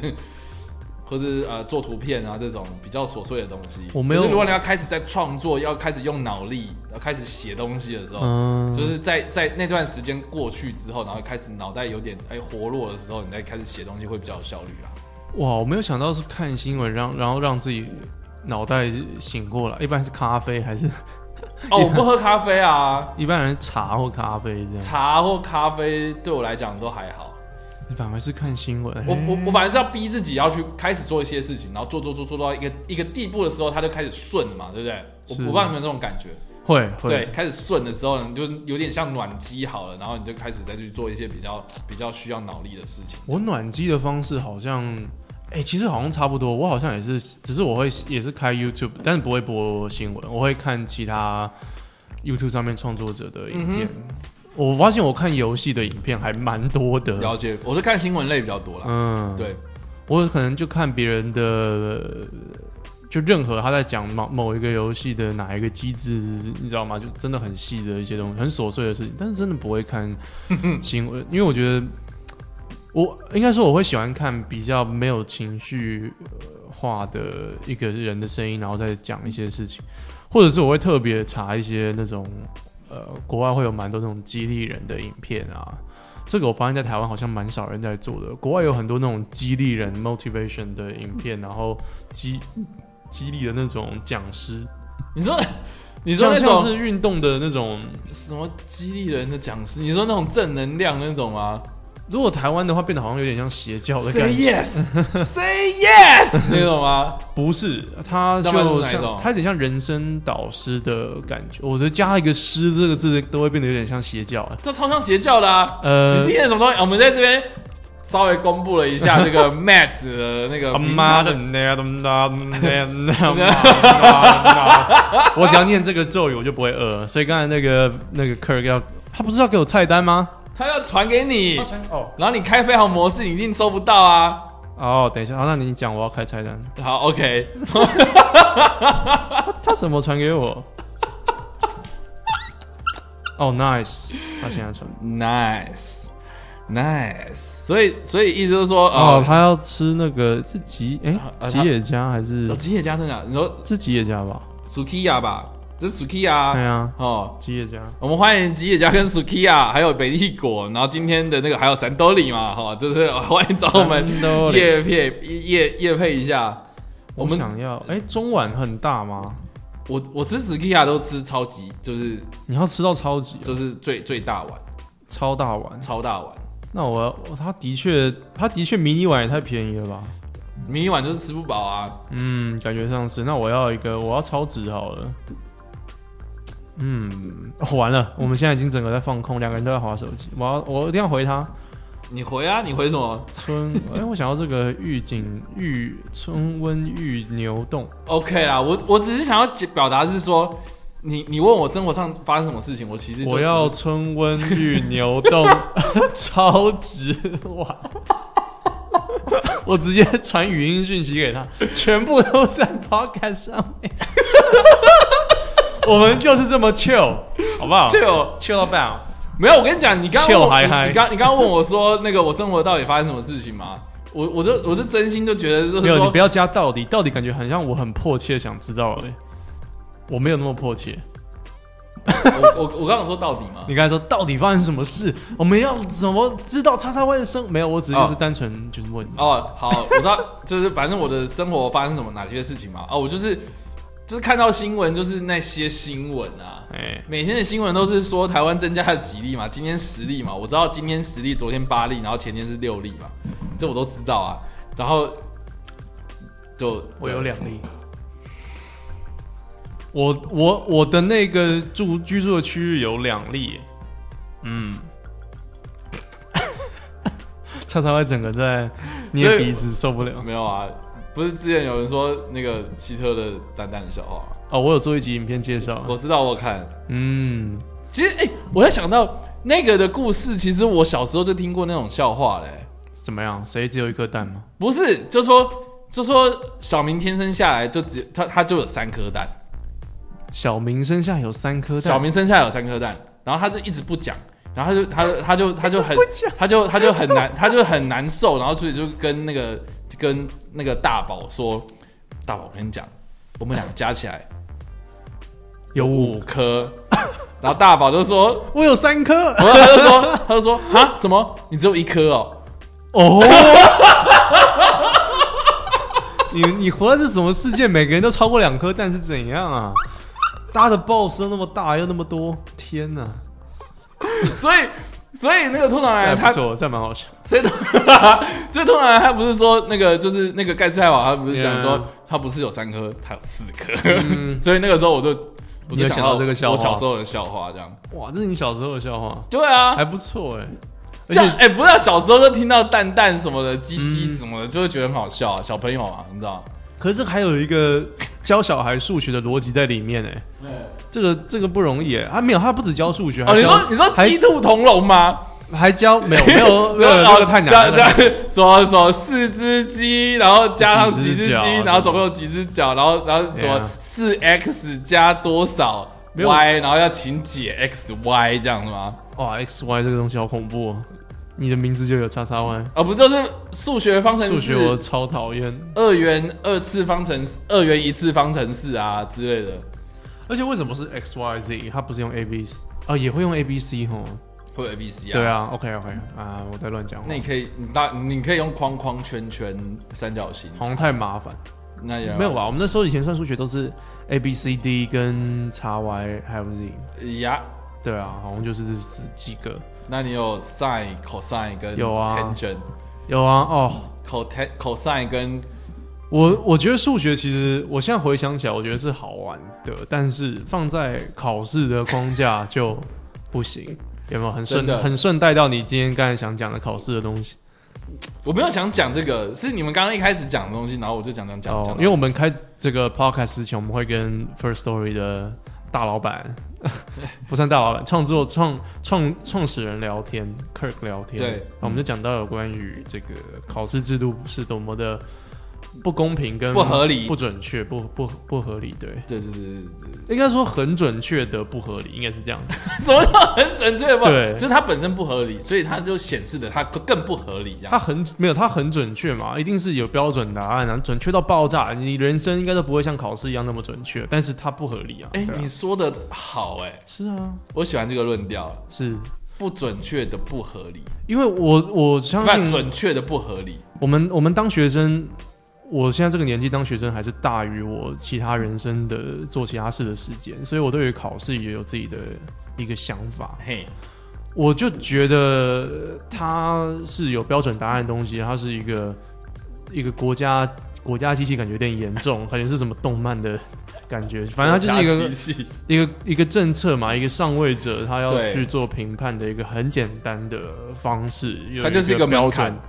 S4: 或是呃做图片啊这种比较琐碎的东西。
S5: 我没有
S4: 可是如果你要开始在创作，要开始用脑力，要开始写东西的时候，
S5: 嗯，
S4: 就是在在那段时间过去之后，然后开始脑袋有点哎活络的时候，你再开始写东西会比较有效率啊。
S5: 哇，我没有想到是看新闻，让然后让自己脑袋醒过来，一般是咖啡还是 *laughs*
S4: 哦，我不喝咖啡啊，
S5: 一般人茶或咖啡这样，
S4: 茶或咖啡对我来讲都还好。
S5: 你反而是看新闻。
S4: 我我我
S5: 把
S4: 反而是要逼自己要去开始做一些事情，然后做做做做到一个一个地步的时候，它就开始顺了嘛，对不对？我
S5: 是
S4: 我不知道你们有没有这种感觉，
S5: 会会
S4: 对，开始顺的时候，你就有点像暖机好了，然后你就开始再去做一些比较比较需要脑力的事情。
S5: 我暖机的方式好像，哎、其实好像差不多。我好像也是，只是我会也是开 YouTube，但是不会播新闻，我会看其他 YouTube 上面创作者的影
S4: 嗯
S5: 片。我发现我看游戏的影片还蛮多的，
S4: 了解，我是看新闻类比较多啦。
S5: 嗯，
S4: 对，
S5: 我可能就看别人的，呃就任何他在讲某某一个游戏的哪一个机制，你知道吗？就真的很细的一些东西，很琐碎的事情，但是真的不会看新闻，因为我觉得我应该说我会喜欢看比较没有情绪呃化的一个人的声音，然后再讲一些事情，或者是我会特别查一些那种呃国外会有蛮多那种激励人的影片啊。这个我发现在台湾好像蛮少人在做的，国外有很多那种激励人 motivation 的影片，然后激激励的那种讲师，
S4: 你说 *laughs* 你
S5: 你
S4: 说那
S5: 像
S4: 种
S5: 是运动的那种。
S4: 什么激励人的讲师？你说那种正能量那种吗
S5: 如果台湾的话，变得好像有点像邪教的
S4: ？Say
S5: 感觉， *laughs*
S4: yes，Say yes 那种吗？
S5: 不是，它
S4: 要不然是
S5: 就
S4: 哪一
S5: 像
S4: 种
S5: 它有点像人生导师的感觉。我觉得加一个“师”这个字都会变得有点像邪教。
S4: 这超像邪教的啊！
S5: 呃
S4: 你，听见什么东西？我们在这边稍微公布了一下这
S5: *laughs*
S4: 个 Matt 的那个
S5: 啊
S4: 平常
S5: 妈的，
S4: 的，
S5: 那那那那， *laughs* 我只要念这个咒语，我就不会饿。所以刚才那个那个 Kirk 要，他不是要给我菜单吗？
S4: *laughs* 他要传给你，
S5: 哦
S4: 然后你开飞行模式，你一定收不到啊！
S5: 哦，等一下，好，那你讲，我要开菜单。
S4: 好，OK，
S5: 他怎么传给我？ *laughs* 哦，nice，他现在传。
S4: Nice，Nice，所以所以意思就是说，
S5: 哦
S4: 哦，，
S5: 他要吃那个是吉哎
S4: 啊
S5: 吉野家还是
S4: 哦吉野家真的，你说
S5: 是吉野家吧？
S4: Sukiya 吧，这是
S5: 对
S4: Sukiya
S5: 啊，
S4: 哦，
S5: 吉野家。
S4: 我们欢迎吉野家跟 Sukiya，还有北帝国，然后今天的那个还有三兜里嘛，哈、就是欢迎找我们
S5: 三兜里
S4: 叶配叶叶配一下。我
S5: 我
S4: 们
S5: 想要哎，中碗很大吗？
S4: 我我吃 Sukiya 都吃超级，就是
S5: 你要吃到超级哦
S4: 就是最最大碗，
S5: 超大碗。
S4: 超大碗，
S5: 那我要我他的确他的确迷你碗也太便宜了吧？
S4: 迷你碗就是吃不饱啊。
S5: 嗯，感觉上是。那我要一个我要超值好了。嗯，哦完了，我们现在已经整个在放空，两个人都在划手机。我要我一定要回他。你
S4: 你回啊，你回什么
S5: 春， *laughs* 哎、我想要这个玉井玉春温玉牛冻。
S4: ？OK 啦，我我只是想要表达是说，你你问我生活上发生什么事情，我其实就
S5: 我
S4: 只是
S5: 要春温玉牛冻，超值哇！我直接传语音讯息给他，全部都在 podcast 上面。我们就是这么 chill，好不好
S4: chill
S5: chill 到
S4: 啊
S5: 爆。
S4: 没有，我跟你讲，你刚刚问我
S5: chill 嗨嗨
S4: 你刚你刚刚问我说那个我生活到底发生什么事情吗？我我就我是真心就觉得就是
S5: 没有，你
S4: 说
S5: 不要加到底，到底感觉很像我很迫切想知道哎、我没有那么迫切。
S4: 我我我刚刚说到底嘛，
S5: 你刚才说到底发生什么事？我们要怎么知道叉叉 Y 的生？没有，我只是就是单纯就是问你。
S4: 哦，好，我知道，就是反正我的生活发生什么哪些事情嘛，哦，我就是就是看到新闻，就是那些新闻啊，
S5: 哎、
S4: 每天的新闻都是说台湾增加了几例嘛，今天十例嘛，我知道今天十例，昨天八例，然后前天是六例嘛，这我都知道啊，然后就
S5: 我有两例。我我我的那个住居住的区域有两例，嗯， *laughs* 叉叉 Y 整个在捏
S4: 所以
S5: 鼻子受不了
S4: 没有啊，不是之前有人说那个希特勒蛋蛋的笑话吗，
S5: 哦，我有做一集影片介绍，
S4: 我知道，我有看，
S5: 嗯，
S4: 其实哎、我在想到那个的故事，其实我小时候就听过那种笑话嘞、
S5: 怎么样？谁只有一颗蛋吗？
S4: 不是，就说就说小明天生下来就只他他就有三颗蛋，
S5: 小明身下有三颗蛋，
S4: 小明生下来有三颗蛋，然后他就一直不讲，然后他就他就他就他就很
S5: 不讲
S4: 他就他就很难 *laughs* 他就很难受，然后所以就跟那个跟那个大宝说，大宝我跟你讲，我们两个加起来
S5: 有
S4: 五
S5: 五，
S4: 颗，然后大宝就说， *laughs*
S5: 我有三颗，
S4: 然后他就说他就说啊什么你只有一颗哦，
S5: 哦， *laughs* 你你活在这什么世界？每个人都超过两颗蛋是怎样啊？大家的 boss 都那么大，又那么多，天哪！
S4: 所以所以那个通常来
S5: 这
S4: 讲哎
S5: 还
S4: 他
S5: 不错，这还蛮好笑。
S4: 所以， *laughs* 所以通常他不是说那个，就是那个盖世太保，他不是讲说
S5: Yeah
S4: 他不是有三颗，他有四颗。
S5: 嗯
S4: *laughs* 所以那个时候我就我
S5: 你
S4: 就
S5: 有
S4: 想
S5: 想到这个笑话
S4: 我小时候的笑话这样。
S5: 哇，这是你小时候的笑话，
S4: 对啊，
S5: 还不错哎。而
S4: 这样
S5: 且嗯
S4: 哎、不是、啊、小时候就听到蛋蛋什么的、鸡鸡什么的，就会觉得很好笑、啊。小朋友嘛，你知道？
S5: 可是这还有一个教小孩数学的逻辑在里面哎，这个这个不容易哎。他没有，他不止教数学，
S4: 哦，
S5: 还
S4: 你
S5: 教
S4: 说你说鸡兔同笼吗？
S5: 还教 *laughs* 没有没
S4: *laughs*
S5: 有没有
S4: 然后
S5: 这个太难
S4: 这样
S5: 了。
S4: 这样什么什么四只鸡，然后加上几只
S5: 几只脚
S4: 鸡，然后总共有几只脚，然后然后什
S5: 对
S4: 么
S5: 啊
S4: 四 x 加多少
S5: 没有
S4: y，然后要请解 x y 这样是吗？
S5: 哇，x y 这个东西好恐怖哦，你的名字就有叉叉 y。
S4: 啊，不就是数学方程
S5: 数学我
S4: 式、
S5: 超讨厌，
S4: 二元二次方程式、二元一次方程式啊之类的。
S5: 而且为什么是 x y z？它不是用 a b c 啊，也会用 a b c 吼。
S4: 会有 A B C 啊，
S5: 对，啊，OK OK 啊，我在乱讲话
S4: 那，你可以，你大你可以用框框、圈圈、三角形，
S5: 好像太麻烦。
S4: 那也
S5: 没有吧？啊我们那时候以前算数学都是 a b c d 跟 x y 还有 z。
S4: 呀。
S5: 对啊，好像就是这十几个。
S4: 那你有 sin、cosine 跟
S5: 有啊
S4: tangent、
S5: 有啊，哦，
S4: cotan cosine 跟
S5: 我我觉得数学其实我现在回想起来，我觉得是好玩的，但是放在考试的框架就不行。有没有很顺
S4: 真的
S5: 很顺带到你今天刚才想讲的考试的东西？
S4: 我没有想讲这个，是你们刚刚一开始讲的东西，然后我就讲讲讲
S5: 哦
S4: 讲，，
S5: 因为我们开这个 podcast 之前，我们会跟 First Story 的大老板，不算大老板，创作创创创始人聊天，Kirk 聊天，
S4: 对
S5: 然后我们就讲到有关于这个考试制度是多么的不公平跟
S4: 不合理
S5: 不准确、不不不合理，对，
S4: 对对对对对对，
S5: 应该说很准确的不合理，应该是这样，
S4: 什么叫很准确吧？
S5: 对
S4: 就是它本身不合理，所以它就显示的它更不合理这
S5: 它
S4: 样。
S5: 很没有，它很准确嘛，一定是有标准答案啊，准确到爆炸，你人生应该都不会像考试一样那么准确，但是它不合理啊，
S4: 哎、
S5: 对啊
S4: 你说的好哎、
S5: 是啊，
S4: 我喜欢这个论调，
S5: 是。
S4: 不准确的不合理，
S5: 因为我我相
S4: 不
S5: 信
S4: 准确的不合理。
S5: 我们我们当学生，我现在这个年纪当学生还是大于我其他人生的做其他事的时间，所以我对于考试也有自己的一个想法。
S4: 嘿，
S5: 我就觉得它是有标准答案的东西，它是一个一个国家国家机器，感觉有点严重，感觉是什么动漫的感觉，反正它就是一个
S4: 国家机器
S5: 一个一个政策嘛，一个上位者他要
S4: 对
S5: 去做评判的一个很简单的方式，有
S4: 它就是一
S5: 一
S4: 个
S5: 个标
S4: 门槛
S5: 准，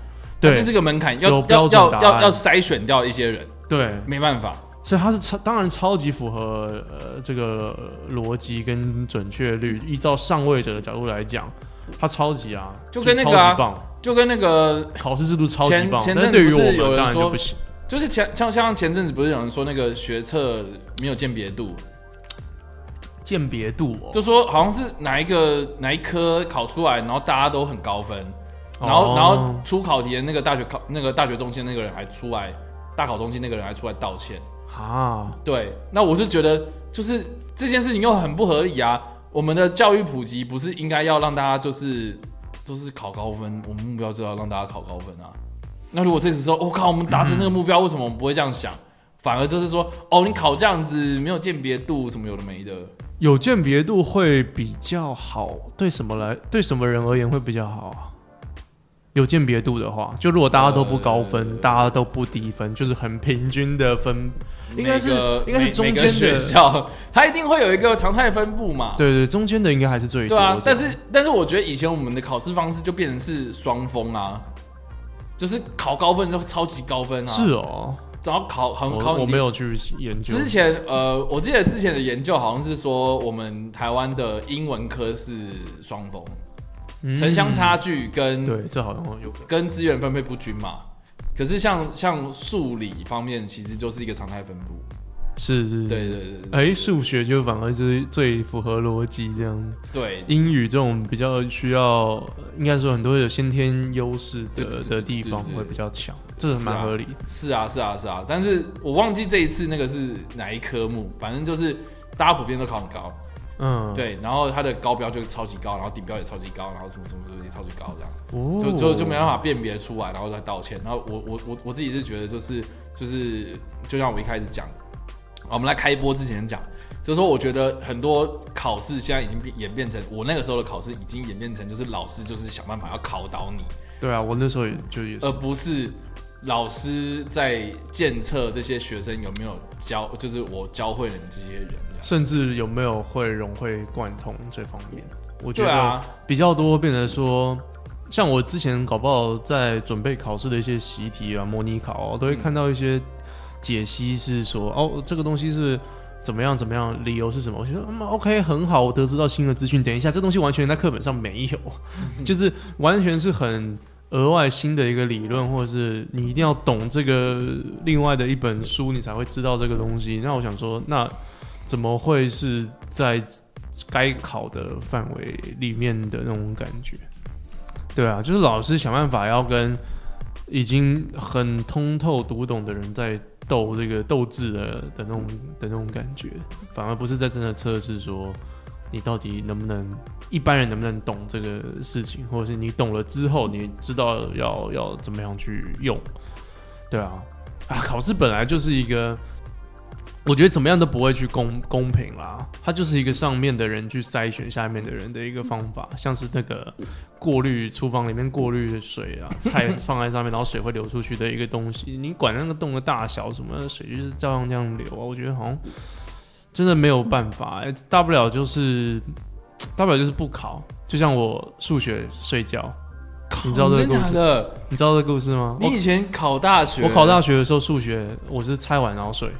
S5: 对，
S4: 它就是个门槛，要
S5: 有
S4: 要
S5: 标准
S4: 要
S5: 答案
S4: 要要筛选掉一些人，
S5: 对，
S4: 没办法。
S5: 所以它是超当然超级符合呃这个逻辑跟准确率，依照上位者的角度来讲，它超级啊，
S4: 就跟那个啊
S5: 超级棒，
S4: 就跟那个
S5: 考试制度超级
S4: 前
S5: 棒，
S4: 前
S5: 但
S4: 阵
S5: 是
S4: 子
S5: 对
S4: 不
S5: 于我
S4: 是有
S5: 们
S4: 人
S5: 当然就
S4: 说
S5: 不行。
S4: 就是前像像前阵子不是有人说那个学测没有鉴别度，
S5: 鉴别度、哦，
S4: 就说好像是哪一个哪一科考出来，然后大家都很高分，然
S5: 哦
S4: 后、然后出考题的那个大学考那个大学中心那个人还出来，大考中心那个人还出来道歉。
S5: 啊，
S4: 对，那我是觉得就是这件事情又很不合理啊。我们的教育普及不是应该要让大家就是就是考高分，我们目标就要让大家考高分啊。那如果这时候我、靠，我们达成那个目标，为什么我们不会这样想？反而就是说，哦，你考这样子没有鉴别度，什么有的没的。
S5: 有鉴别度会比较好，对什么来对什么人而言会比较好啊？有鉴别度的话，就如果大家都不高分，
S4: 呃
S5: 大家都不低分，就是很平均的分，应该是
S4: 每个
S5: 应该是
S4: 每
S5: 中
S4: 每个
S5: 间的，
S4: 学校，它一定会有一个常态分布嘛。
S5: 对对，中间的应该还是最多
S4: 对
S5: 的。
S4: 啊，但是但是我觉得以前我们的考试方式就变成是双峰啊，就是考高分就超级高分啊，
S5: 是哦，
S4: 然后考很考
S5: 我
S4: 很
S5: 我
S4: 低
S5: 没有去研究
S4: 之前呃，我记得之前的研究好像是说，我们台湾的英文科是双峰，城乡、差距
S5: 嗯，
S4: 跟
S5: 对，这好像有
S4: 跟资源分配不均嘛。可是像像数理方面，其实就是一个常态分布。
S5: 是是，
S4: 对。对对对
S5: 哎，数学就反而就是最符合逻辑这样。
S4: 对
S5: 英语这种比较需要，呃应该说很多有先天优势
S4: 对对
S5: 的
S4: 对
S5: 的地
S4: 对
S5: 方
S4: 对对
S5: 会比较强，这是
S4: 是
S5: 蛮
S4: 啊
S5: 合理的。
S4: 是啊是啊是啊。但是我忘记这一次那个是哪一科目，反正就是大家普遍都考很高，
S5: 嗯，，
S4: 对，然后它的高标就超级高，然后顶标也超级高，然后什么什么东西超级高这样。
S5: 哦
S4: 就就就没办法辨别出来，然后再道歉。然后我我我我自己是觉得就是就是就像我一开始讲，啊我们来开播之前讲，就是说我觉得很多考试现在已经变演变成我那个时候的考试已经演变成就是老师就是想办法要考倒你，
S5: 对啊，我那时候也就也是
S4: 而，不是老师在监测这些学生有没有教，就是我教会了你这些人这样。
S5: 甚至有没有会融会贯通这方面，我觉
S4: 对
S5: 得
S4: 啊，
S5: 比较多变成说，像我之前搞不好在准备考试的一些习题啊、模拟考啊、都会
S4: 嗯
S5: 看到一些解析是说，哦，这个东西是。怎么样？怎么样？理由是什么？我觉得嗯，OK，很好，我得知到新的资讯。等一下，这东西完全在课本上没有，就是完全是很额外新的一个理论，或者是你一定要懂这个另外的一本书，你才会知道这个东西。那我想说，那怎么会是在该考的范围里面的那种感觉？对啊，就是老师想办法要跟已经很通透读懂的人在斗这个斗智的的那种的那种感觉，反而不是在真的测试说你到底能不能一般人能不能懂这个事情，或者是你懂了之后，你知道要要怎么样去用，对啊，啊，考试本来就是一个，我觉得怎么样都不会去公公平啦，它就是一个上面的人去筛选下面的人的一个方法，像是那个过滤厨房里面过滤的水啊，菜放在上面，然后水会流出去的一个东西，你管那个洞的大小什么，水就是照样这样流啊，我觉得好像真的没有办法、欸大不了就是。大不了就是不考，就像我数学睡觉，你知道这个
S4: 真
S5: 故事
S4: 假的？
S5: 你知道这个故事吗？
S4: 你以前考大学，
S5: 我考大学的时候，数学我是拆完然后睡。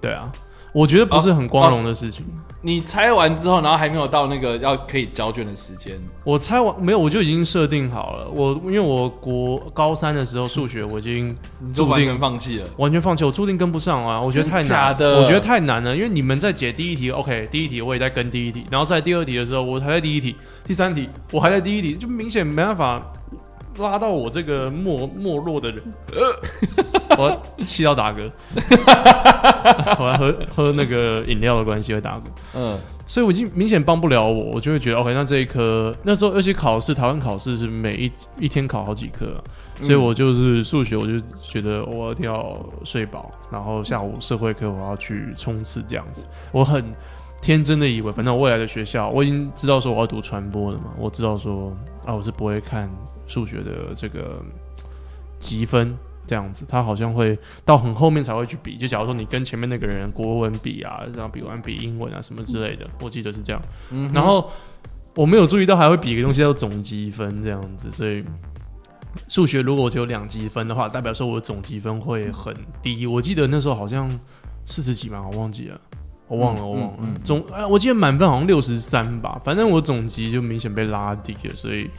S5: 对啊，我觉得不是很光荣的事情。
S4: 你猜完之后，然后还没有到那个要可以交卷的时间，
S5: 我拆完没有，我就已经设定好了。我因为我国高三的时候数学我已经
S4: 你就
S5: 注
S4: 完
S5: 定
S4: 全放弃了。
S5: 完全放弃，我注定跟不上啊！我觉得太
S4: 真假
S5: 难，
S4: 的
S5: 我觉得太难了。因为你们在解第一题，OK，第一题我也在跟第一题，然后在第二题的时候，我还在第一题，第三题我还在第一题，就明显没办法拉到我这个没没落的人，
S4: *laughs*
S5: 呃我要气到打嗝， *laughs* 我要喝喝那个饮料的关系会打嗝。
S4: 嗯，
S5: 所以我已经明显帮不了我，我就会觉得 OK，那这一科那时候，而且考试台湾考试是每一一天考好几科啊、所以我就是数学，我就觉得哦我一定要睡饱，然后下午社会课我要去冲刺这样子。我很天真的以为，反正我未来的学校我已经知道说我要读传播了嘛，我知道说啊我是不会看数学的这个积分。这样子，他好像会到很后面才会去比。就假如说你跟前面那个人国文比啊，然后比完比英文啊什么之类的，我记得是这样。
S4: 嗯哼
S5: 然后我没有注意到还会比一个东西叫总积分这样子，所以数学如果只有两积分的话，代表说我的总积分会很低。我记得那时候好像四十几吧，我忘记了，我忘了，
S4: 嗯
S5: 我忘了。
S4: 嗯嗯
S5: 总啊、我记得满分好像六十三吧，反正我总级就明显被拉低了，所以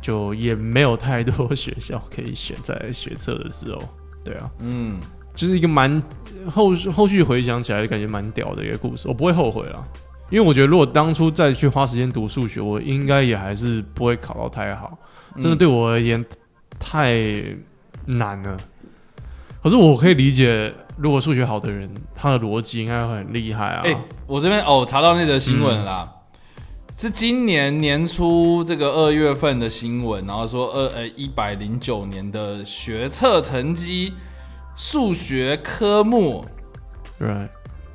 S5: 就也没有太多学校可以选在学测的时候。对啊，
S4: 嗯，
S5: 就是一个蛮后后续回想起来感觉蛮屌的一个故事，我不会后悔啦。因为我觉得，如果当初再去花时间读数学，我应该也还是不会考到太好。真的对我而言太难了。可是我可以理解，如果数学好的人，他的逻辑应该会很厉害啊。嗯
S4: 哎、我这边哦，我查到那则新闻了啦，是今年年初这个二月份的新闻，然后说二呃一百零九年的学测成绩，数学科目，
S5: right，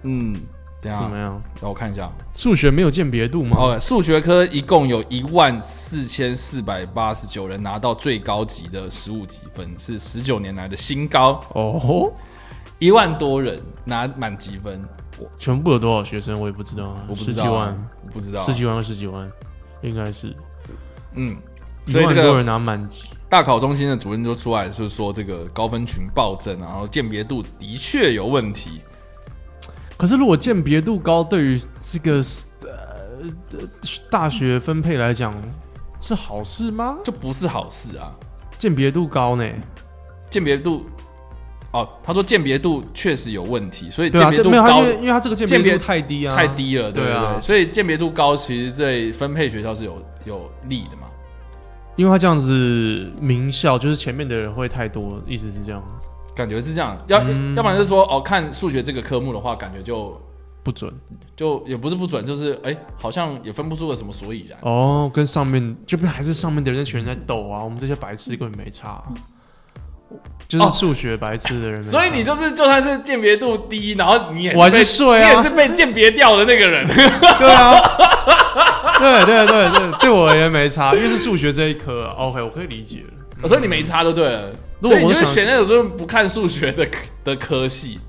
S4: 嗯，等一下
S5: 怎么，样？
S4: 让我看一下。
S5: 数学没有鉴别度吗？
S4: 哦，数学科一共有一万四千四百八十九人拿到最高级的十五级分，是十九年来的新高，
S5: 哦吼，
S4: 一万多人拿满积分，
S5: 全部有多少学生我也不知道啊，
S4: 我不
S5: 十
S4: 知
S5: 几
S4: 道、
S5: 万，，
S4: 我不知道、啊
S5: 十几万二十几万，应该是。
S4: 嗯，所以这
S5: 一万多
S4: 个
S5: 人拿满级，
S4: 大考中心的主任就出来，就是说这个高分群暴增啊，然后鉴别度的确有问题。
S5: 可是如果鉴别度高，对于这个呃呃大学分配来讲是好事吗？
S4: 这不是好事啊！
S5: 鉴别度高呢？
S4: 鉴别度，哦，他说鉴别度确实有问题，所以
S5: 对
S4: 鉴
S5: 啊，
S4: 别
S5: 对
S4: 度
S5: 没有，他
S4: 高
S5: 因为因为他这个鉴
S4: 鉴别
S5: 别度太低啊，
S4: 太低了，对不
S5: 对啊
S4: 对？所以鉴别度高，其实对分配学校是有有利的嘛。
S5: 因为他这样子名校就是前面的人会太多，意思是这样，
S4: 感觉是这样，要、
S5: 嗯
S4: 要不然就是说哦，看数学这个科目的话，感觉就
S5: 不准
S4: 就也不是不准，就是哎、好像也分不出个什么所以然。
S5: 哦。跟上面这边还是上面的人在全在斗啊，我们这些白痴根本没差，啊就是
S4: 哦
S5: 数学白痴的人没差、
S4: 所以你就是就算是鉴别度低，然后你也
S5: 我还是
S4: 被
S5: 睡
S4: 你也
S5: 啊
S4: 是，被鉴别掉的那个人。 *laughs*
S5: 对啊，对对对啊对，对我而言没差，因为是数学这一科、啊、，OK，我可以理解了。
S4: 我说你没差就对了，
S5: 如果
S4: 所以你
S5: 我
S4: 就会
S5: 想
S4: 选那种就是不看数学的科的科系。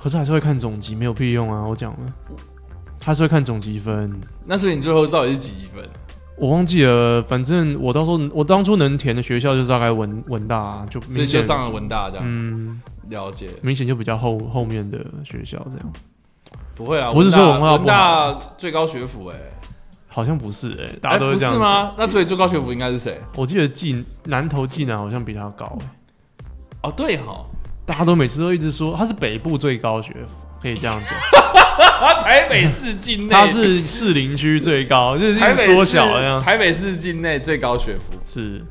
S5: 可是还是会看总级，没有屁用啊！我讲了，他是会看总积分。
S4: 那所以你最后到底是几分？
S5: 我忘记了，反正我到时候我当初能填的学校就是大概文文大、啊，就
S4: 所以
S5: 明
S4: 就
S5: 显
S4: 上了文大这样，
S5: 嗯，
S4: 了解。
S5: 明显就比较后后面的学校这样，
S4: 不会啦，
S5: 不是说
S4: 文
S5: 文化
S4: 大文
S5: 不好
S4: 大最高学府哎、
S5: 好像不是哎、大
S4: 哎
S5: 家都
S4: 不
S5: 这
S4: 是
S5: 样子？
S4: 吗？那所以最高学府应该是谁？
S5: 我记得技南投技南好像比他高、欸，
S4: 哦，对 *laughs* 哈，
S5: 大家都每次都一直说他是北部最高学府，可以这样讲，
S4: 啊，台北市境内，
S5: *laughs* 他是士林区最高，就是一
S4: 台
S5: 直
S4: 北市
S5: 缩小这样
S4: 台北市境内最高学府。
S5: 是。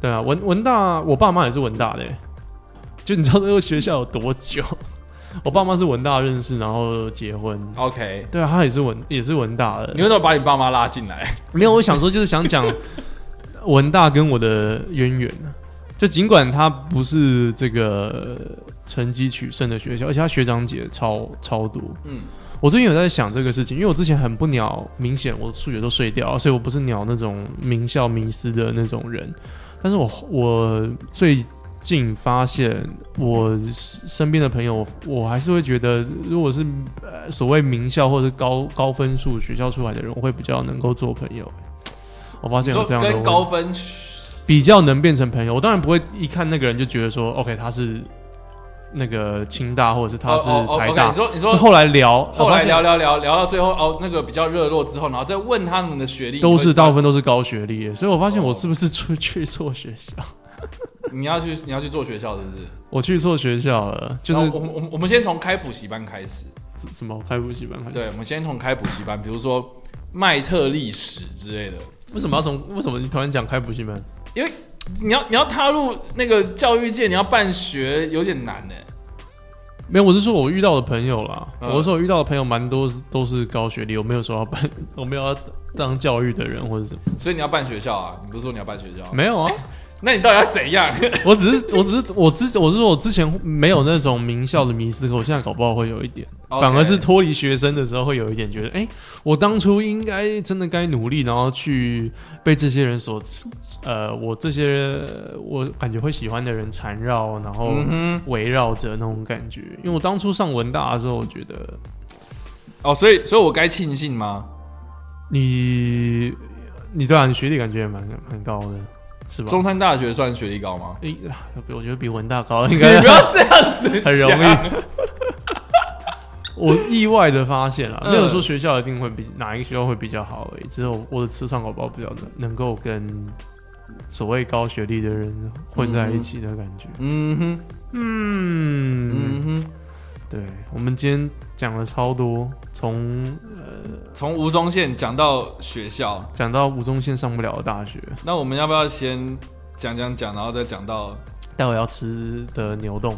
S5: 对啊，文文大，我爸妈也是文大的欸、就你知道这个学校有多久？ *laughs* 我爸妈是文大认识，然后结婚，
S4: OK，
S5: 对啊，他也是文也是文大的。
S4: 你为什么把你爸妈拉进来？
S5: 没有，我想说就是想讲文大跟我的渊源啊就尽管他不是这个呃成绩取胜的学校，而且他学长姐超超多。
S4: 嗯，
S5: 我最近有在想这个事情，因为我之前很不鸟，明显我数学都睡掉，所以我不是鸟那种名校迷失的那种人。但是我我最近发现，我身边的朋友，我还是会觉得，如果是呃所谓名校或者是高高分数学校出来的人，我会比较能够做朋友。我发现有
S4: 说
S5: 这样的
S4: 跟
S5: 问
S4: 高分
S5: 比较能变成朋友。我当然不会一看那个人就觉得说，OK，他是那个清大或者是他是
S4: 哦哦哦
S5: 台
S4: OK，
S5: 大
S4: 你。说你
S5: 是
S4: 说
S5: 后来聊，
S4: 后来聊
S5: 聊
S4: 聊聊聊到最后哦，那个比较热络之后，然后再问他们的学历，
S5: 都是大部
S4: 分。
S5: 分都是高学历耶，所以我发现
S4: 哦
S5: 我是不是出去错学校？ *laughs*
S4: 你要去你要去做学校是不是？
S5: 我去错学校了，就
S4: 然
S5: 是
S4: 后我们我们我们先从开补习班开始，
S5: 什么开补习班开始？
S4: 对，我们先从开补习班，比如说麦特历史之类的。
S5: 为什么要从为什么你突然讲开补习班？
S4: 你要你要踏入那个教育界，你要办学有点难呢。
S5: 没有，我是说我遇到的朋友啦。
S4: 嗯
S5: 我是说我遇到的朋友蛮多是都是高学历，我没有说要办， *laughs* 我没有要当教育的人或者什么，
S4: 所以你要办学校啊？你不是说你要办学校？
S5: 没有啊。
S4: 那你到底要怎样？
S5: 我只是我只是我之我是说我之前没有那种名校的迷失，可我现在搞不好会有一点。 *laughs* 反
S4: *laughs*
S5: 而是
S4: OK
S5: 脱离学生的时候，会有一点觉得，哎、我当初应该真的该努力，然后去被这些人所，呃，我这些我感觉会喜欢的人缠绕，然后
S4: 嗯
S5: 围绕着那种感觉。因为我当初上文大的时候，我觉得
S4: 哦，所以所以我该庆幸吗？
S5: 你，你对啊，你学历感觉也蛮蛮高的，是吧？
S4: 中山大学算学历高吗？
S5: 诶、 *laughs* 我觉得比文大高，应
S4: *laughs* 你
S5: 该，
S4: 不要这样子
S5: 很容
S4: 易。
S5: 易。我意外的发现了，
S4: 嗯
S5: 没有说学校一定会比哪一个学校会比较好而已，只有我的磁场搞不好比较能能够跟所谓高学历的人混在一起的感觉。
S4: 嗯哼，
S5: 嗯，
S4: 嗯哼，
S5: 对，我们今天讲了超多，从
S4: 从吴宗宪讲到学校，
S5: 讲到吴宗宪上不了的大学，
S4: 那我们要不要先讲讲讲，然后再讲到
S5: 待会要吃的牛冻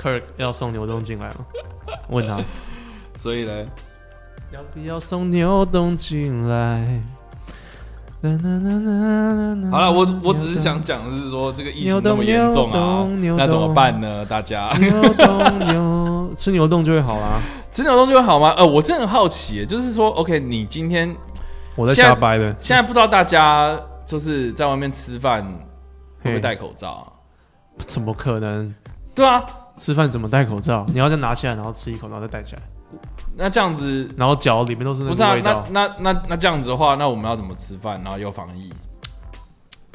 S5: ，Kirk 要送牛冻进来 *laughs* 吗？问他
S4: 所以嘞？
S5: 要不要送牛冻进来？啦啦啦啦啦啦
S4: 好了，我我只
S5: 嗯牛
S4: 是
S5: 洞
S4: 想讲的是说这个疫
S5: 牛
S4: 情那么
S5: 洞
S4: 严重啊
S5: 牛洞牛，
S4: 那怎么
S5: 洞
S4: 办呢？大家
S5: 牛冻牛吃牛冻就会
S4: *laughs*
S5: 好啦。
S4: 吃鸟东西会好吗？呃，我真的很好奇耶，就是说，OK，你今天
S5: 我在瞎掰的，
S4: 现在不知道大家就是在外面吃饭会不会戴口罩啊？
S5: 嘿怎么可能？
S4: 对啊，
S5: 吃饭怎么戴口罩？你要再拿起来，然后吃一口，然后再戴起来，
S4: 那这样子
S5: 然后脚里面都是那
S4: 不是啊
S5: 个味？道
S4: 那。那那那这样子的话，那我们要怎么吃饭？然后又防疫，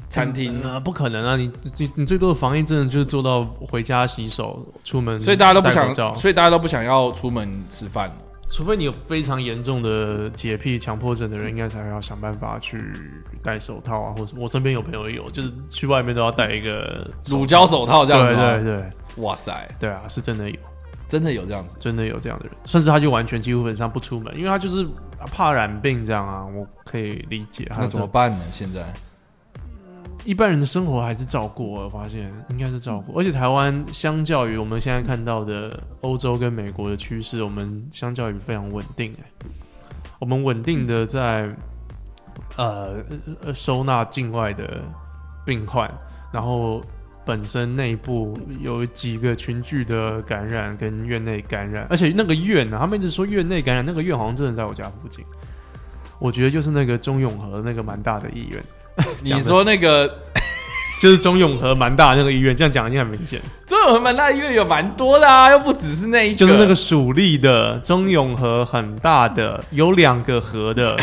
S4: 餐厅，
S5: 啊、不可能啊！你你你最多的防疫真的就是做到回家洗手、出门，
S4: 所以大家都不
S5: 嗯戴口罩
S4: 想，所以大家都不想要出门吃饭。
S5: 除非你有非常严重的洁癖强迫症的人，应该才会要想办法去戴手套啊，或者我身边有朋友也有，就是去外面都要戴一个手
S4: 乳胶手套这样子啊吗
S5: 对对对
S4: 哇塞，
S5: 对啊，是真的有，
S4: 真的有这样子？
S5: 真的有这样的人，甚至他就完全几乎本上不出门，因为他就是怕染病这样啊，我可以理解。还
S4: 那
S5: 有
S4: 怎么
S5: 这
S4: 办呢？现在
S5: 一般人的生活还是照过，我发现应该是照过，而且台湾相较于我们现在看到的欧洲跟美国的趋势，我们相较于非常稳定、欸，我们稳定的在呃呃收纳境外的病患，然后本身内部有几个群聚的感染跟院内感染，而且那个院呢、啊，他们一直说院内感染，那个院好像真的在我家附近，我觉得就是那个中永和那个蛮大的医院。讲
S4: 你
S5: 得
S4: 说那个
S5: 就是中永和蛮大的那个医院，这样讲已经很明显，
S4: 中永和蛮大医院有蛮多的啊，又不只是那一个，
S5: 就是那个属立的中永和很大的，有两个和的，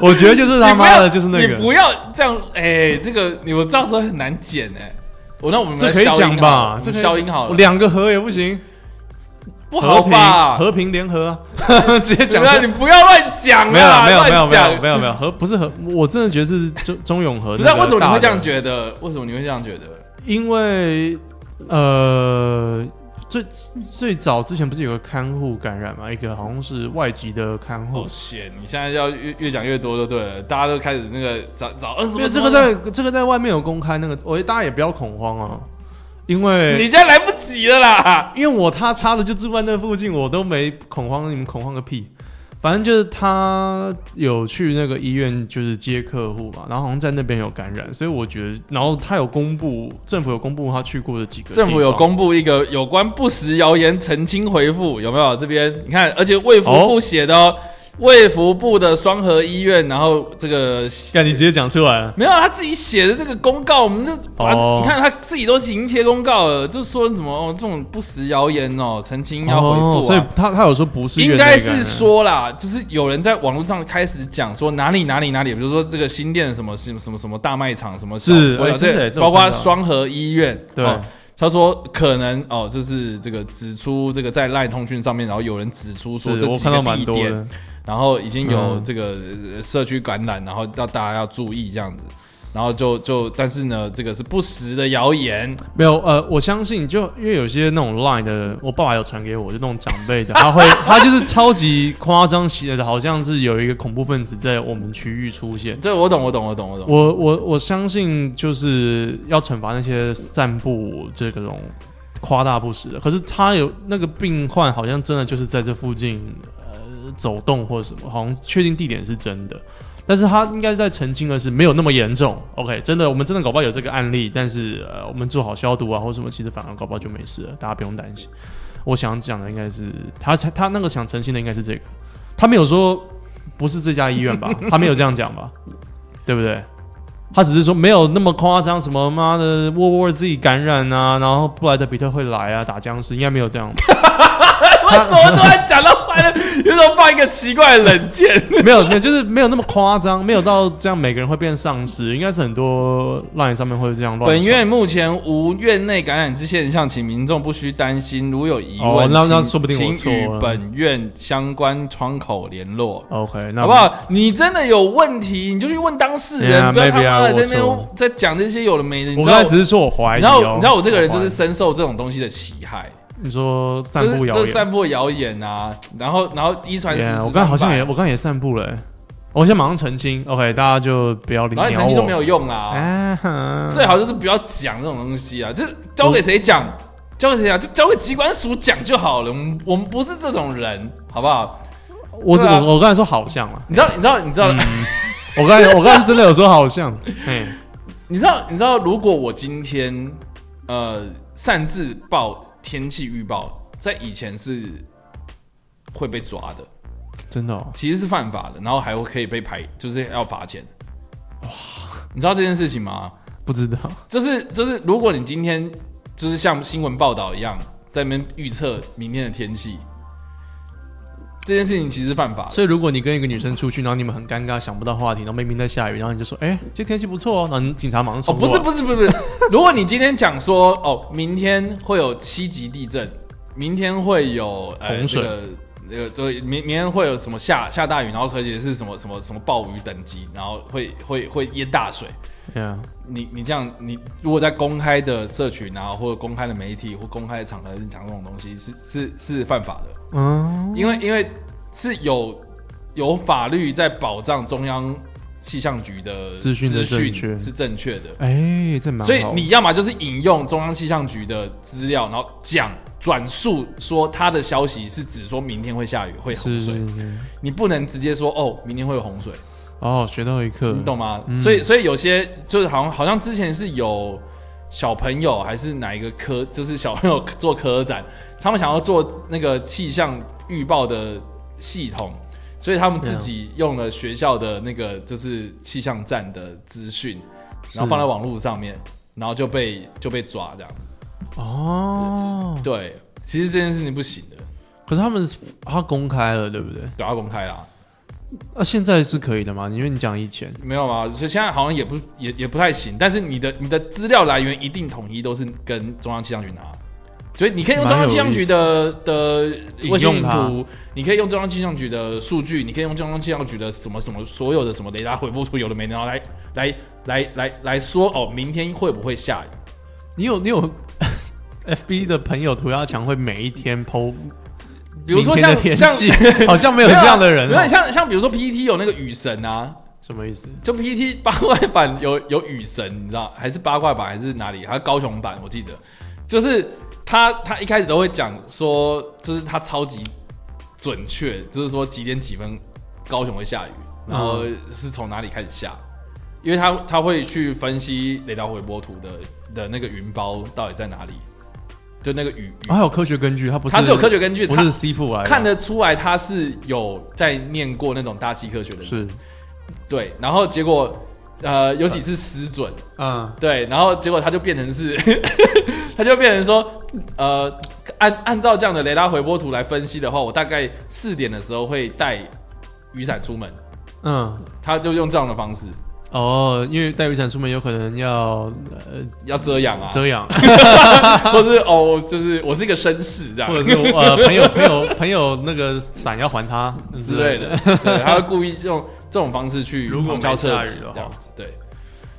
S5: 我觉得就是他
S4: 你不要
S5: 妈的，就是那
S4: 你不
S5: 个，
S4: 要这样，哎、这个你我到时候很难剪哎、我那我们
S5: 这
S4: 来
S5: 可以
S4: 消音
S5: 讲
S4: 好了
S5: 吧
S4: 我？
S5: 这
S4: 们
S5: 可以
S4: 消音好了，
S5: 两个和也不行，
S4: 不
S5: 和
S4: 好
S5: 平
S4: 吧？
S5: 和平联合啊，直接
S4: 怎
S5: 讲
S4: 么
S5: 出来
S4: 样？你不要乱讲
S5: 没有
S4: 啊！
S5: 没有没有
S4: 乱
S5: 没有
S4: 讲
S5: 没有没有和不是和，我真的觉得这是中中永和，
S4: 不是啊、为什么你会这样觉得？为什么你会这样觉得？
S5: 因为呃，最最早之前不是有个看护感染嘛，一个好像是外籍的看护
S4: 哦，，险！你现在要越越讲越多就对了，大家都开始那个找找呃二十
S5: 因
S4: 分
S5: 为
S4: 钟
S5: 这个在这个在外面有公开那个，我觉得大家也不要恐慌啊，因为
S4: 你现在来不及了啦。
S5: 因为我他插的就住在那附近，我都没恐慌，你们恐慌个屁！反正就是他有去那个医院，就是接客户嘛，然后好像在那边有感染，所以我觉得，然后他有公布，政府有公布他去过的几个，
S4: 政府有，公布一个有关不实谣言澄清回复，有没有？这边你看，而且卫福部写的、哦，卫福部的双河医院，然后这个
S5: 干你直接讲出来了，
S4: 没有他自己写的这个公告，我们就把、
S5: 哦
S4: 你看他自己都已经贴公告了，就说什么哦这种不实谣言哦，澄清要回复、啊
S5: 哦所以他他有说不是，
S4: 应该
S5: 嗯
S4: 是，说啦，就是有人在网络上开始讲说哪里哪里哪里，比如说这个新店什么什么什么什么大卖场什么小
S5: 是
S4: 我有
S5: 哎真的
S4: 这
S5: 这我
S4: 包括
S5: 看到
S4: 双河医院，
S5: 对
S4: 哦他说可能哦，就是这个指出这个在赖通讯上面，然后有人指出
S5: 是
S4: 说这
S5: 我
S4: 几
S5: 看
S4: 个
S5: 到蛮
S4: 地
S5: 多
S4: 点，
S5: 的，
S4: 然后已经有
S5: 嗯
S4: 这个呃社区感染，然后要大家要注意这样子，然后就就但是呢，这个是不实的谣言，
S5: 没有，呃，我相信就因为有些那种 Line 的，我爸爸有传给我，就那种长辈的，他会他就是超级夸张写的，好像是有一个恐怖分子在我们区域出现。
S4: 这我懂我懂我懂我懂，
S5: 我我我相信就是要惩罚那些散布这种夸大不实的。可是他有那个病患，好像真的就是在这附近呃走动或者什么，好像确定地点是真的。但是他应该在澄清的是没有那么严重，OK，真的，我们真的搞不好有这个案例，但是呃，我们做好消毒啊或什么，其实反而搞不好就没事了，大家不用担心。我想讲的应该是他才他那个想澄清的应该是这个，他没有说不是这家医院吧，他没有这样讲吧，对不对？他只是说没有那么夸张，什么妈的
S4: *laughs*
S5: 沃沃自己感染啊，然后布莱德比特会来啊，打僵尸，应该没有这样吧。
S4: 我怎么突然讲到坏了？有种放一个奇怪的冷箭。
S5: 没有，没有，就是没有那么夸张，没有到这样每个人会变丧尸，应该是很多 LINE 上面会这样乱传。
S4: 本院目前无院内感染之现象，请民众不需担心。如有疑
S5: 哦
S4: 问，
S5: 那
S4: 请
S5: 那说不定我错
S4: 请
S5: 了
S4: 与本院相关窗口联络，
S5: OK，那
S4: 好不？好？你真的有问题，你就去问当事人
S5: Yeah，
S4: 不要他
S5: maybe 啊
S4: 妈的在那
S5: 我
S4: 边
S5: 错
S4: 在讲这些有的没的。你
S5: 我
S4: 知
S5: 刚
S4: 道
S5: 才，只是说我怀
S4: 你知
S5: 疑
S4: 道
S5: 哦、
S4: 我，你知道我这个人就是
S5: 怀疑
S4: 深受这种东西的其害，
S5: 你说散
S4: 就是
S5: 布谣
S4: 就是
S5: 言。
S4: 散布谣言啊，然后然后一传十，
S5: Yeah，
S4: 十
S5: 我刚才好像
S4: 传
S5: 也，
S4: 百
S5: 我刚才也散布了、欸，我先马上澄清。OK，大家就不要理
S4: 然后
S5: 鸟
S4: 你
S5: 我。
S4: 成绩都没有用啊。
S5: 啊哈
S4: 最好就是不要讲这种东西啊，就是交给谁讲，交给谁讲，就交给机关署讲就好了。我们我们不是这种人，好不好？
S5: 我只
S4: 对啊
S5: 我我刚才说好像了，
S4: 你知道，你知道，你知道，
S5: 我刚才我刚才真的有说好像， *laughs* 哎，
S4: 你知道，你知道，如果我今天呃擅自报天气预报，在以前是会被抓的，
S5: 真的哦，
S4: 其实是犯法的，然后还会可以被排，就是要罚钱。哇，你知道这件事情吗？
S5: 不知道，
S4: 就是就是，如果你今天就是像新闻报道一样，在那边预测明天的天气，这件事情其实是犯法的。
S5: *laughs*
S4: 哦
S5: 所以如果你跟一个女生出去，然后你们很尴尬，想不到话题，然后明明在下雨，然后你就说，哎、这天气不错哦，然后你警察马上
S4: 哦，
S5: 冲啊
S4: 不
S5: 过来、
S4: 是不是不是，不是 *laughs* 如果你今天讲说哦，明天会有七级地震，明天会有呃
S5: 洪水
S4: 这个呃，对，明明天会有什么下下大雨，然后而且是什么什么什么暴雨等级，然后会会会淹大水。
S5: Yeah，
S4: 你你这样，你如果在公开的社群啊，或者公开的媒体或公开的场合讲这种东西，是是是犯法的。
S5: 嗯，
S4: 因为因为是有有法律在保障中央气象局的
S5: 资讯的
S4: 资
S5: 正确
S4: 讯是正确的，
S5: 哎、这蛮好，
S4: 所以你要么就是引用中央气象局的资料，然后讲转述说他的消息是指说明天会下雨会洪
S5: 是
S4: 水，
S5: 是是，
S4: 你不能直接说哦明天会有洪水，
S5: 哦，学到一课，
S4: 你懂吗？所以所以有些就是好像好像之前是有。小朋友还是哪一个科，就是小朋友做科展，他们想要做那个气象预报的系统，所以他们自己用了学校的那个就是气象站的资讯，然后放在网络上面，然后就被就被抓这样子。
S5: 哦，
S4: 对，其实这件事情不行的，
S5: 可是他们他公开了，对不对？
S4: 对，要公开啦，
S5: 那、现在是可以的吗？因为你讲以前，
S4: 没有啊，所以现在好像也不也也不太行，但是你的你的资料来源一定统一都是跟中央气象局拿。所以你可以用中央气象局的的
S5: 引
S4: 卫星
S5: 用
S4: 云
S5: 它
S4: 图，你可以用中央气象局的数据，你可以用中央气象局的什么什么所有的什么雷达回波图，有的没的，然后来来来来来说哦，明天会不会下雨？
S5: 你有你有 *laughs* FB 的朋友涂鸦墙会每一天 PO，
S4: 比如说像
S5: 天
S4: 像
S5: 气， *laughs* 好像没有
S4: 没啊
S5: 这样的人、
S4: 没有
S5: 哦，
S4: 像像比如说 PPT 有那个雨神啊，
S5: 什么意思？
S4: 就 PPT 八块版有有雨神，你知道还是八卦版还是哪里？还是高雄版？我记得就是他他一开始都会讲说，就是他超级准确，就是说几点几分高雄会下雨，然后是从哪里开始下，因为他他会去分析雷达回波图的的那个云包到底在哪里，就那个雨，雨
S5: 哦、还有科学根据，他不是
S4: 他是有科学根据，
S5: 不
S4: 他
S5: 是 C 父来的
S4: 看得出来他是有在念过那种大气科学的
S5: 是
S4: 对，然后结果呃有几次失准，
S5: 嗯
S4: 对，然后结果他就变成是， *laughs* 他就变成说，呃，按按照这样的雷达回波图来分析的话，我大概四点的时候会带雨伞出门，
S5: 嗯
S4: 他就用这样的方式
S5: 哦，因为带雨伞出门有可能要
S4: 啊
S5: 呃
S4: 要遮阳啊，
S5: 遮
S4: *laughs*
S5: 阳，
S4: 或是哦，就是我是一个绅士这样
S5: 或者是呃朋友朋友朋友那个伞要还他嗯
S4: 之类
S5: *laughs*
S4: 的，对，他会故意用这种方式去
S5: 如果
S4: 旁敲
S5: 没
S4: 侧
S5: 下
S4: 击
S5: 雨的话
S4: 这样子，对。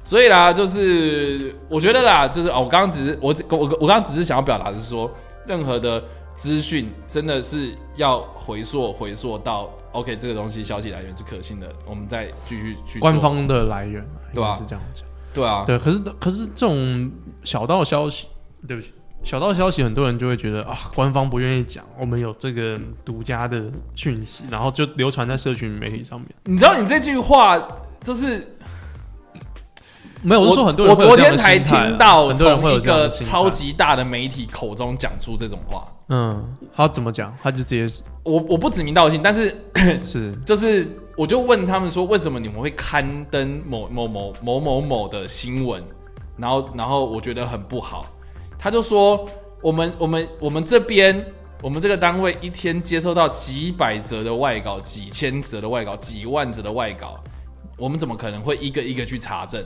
S4: 所以啦，就是我觉得啦，就是哦，我刚刚只是我只我我刚刚只是想要表达的是说，任何的资讯真的是要回溯回溯到 OK 这个东西消息来源是可信的，我们再继续去做
S5: 官方的来源，
S4: 对吧
S5: 应该是这样讲。
S4: 对啊，
S5: 对，可是可是这种小道消息，对不起，小道消息，很多人就会觉得啊，官方不愿意讲，我们有这个独家的讯息，然后就流传在社群媒体上面。
S4: 你知道你这句话就是
S5: 没有，我是说很多
S4: 我
S5: 人会有
S4: 昨
S5: 这样
S4: 天
S5: 的
S4: 才
S5: 心态啊
S4: 听到
S5: 很多人会
S4: 从
S5: 有
S4: 一
S5: 这样
S4: 个
S5: 的心态
S4: 超，级大的媒体口中讲出这种话，
S5: 嗯，他怎么讲？他就直接
S4: 我我不指名道姓，但是
S5: 是
S4: 就是我就问他们说，为什么你们会刊登某某某某某某的新闻？然后然后我觉得很不好，他就说我们我们我们这边我们这个单位一天接收到几百则的外稿、几千则的外稿、几万则的外稿，我们怎么可能会一个一个去查证？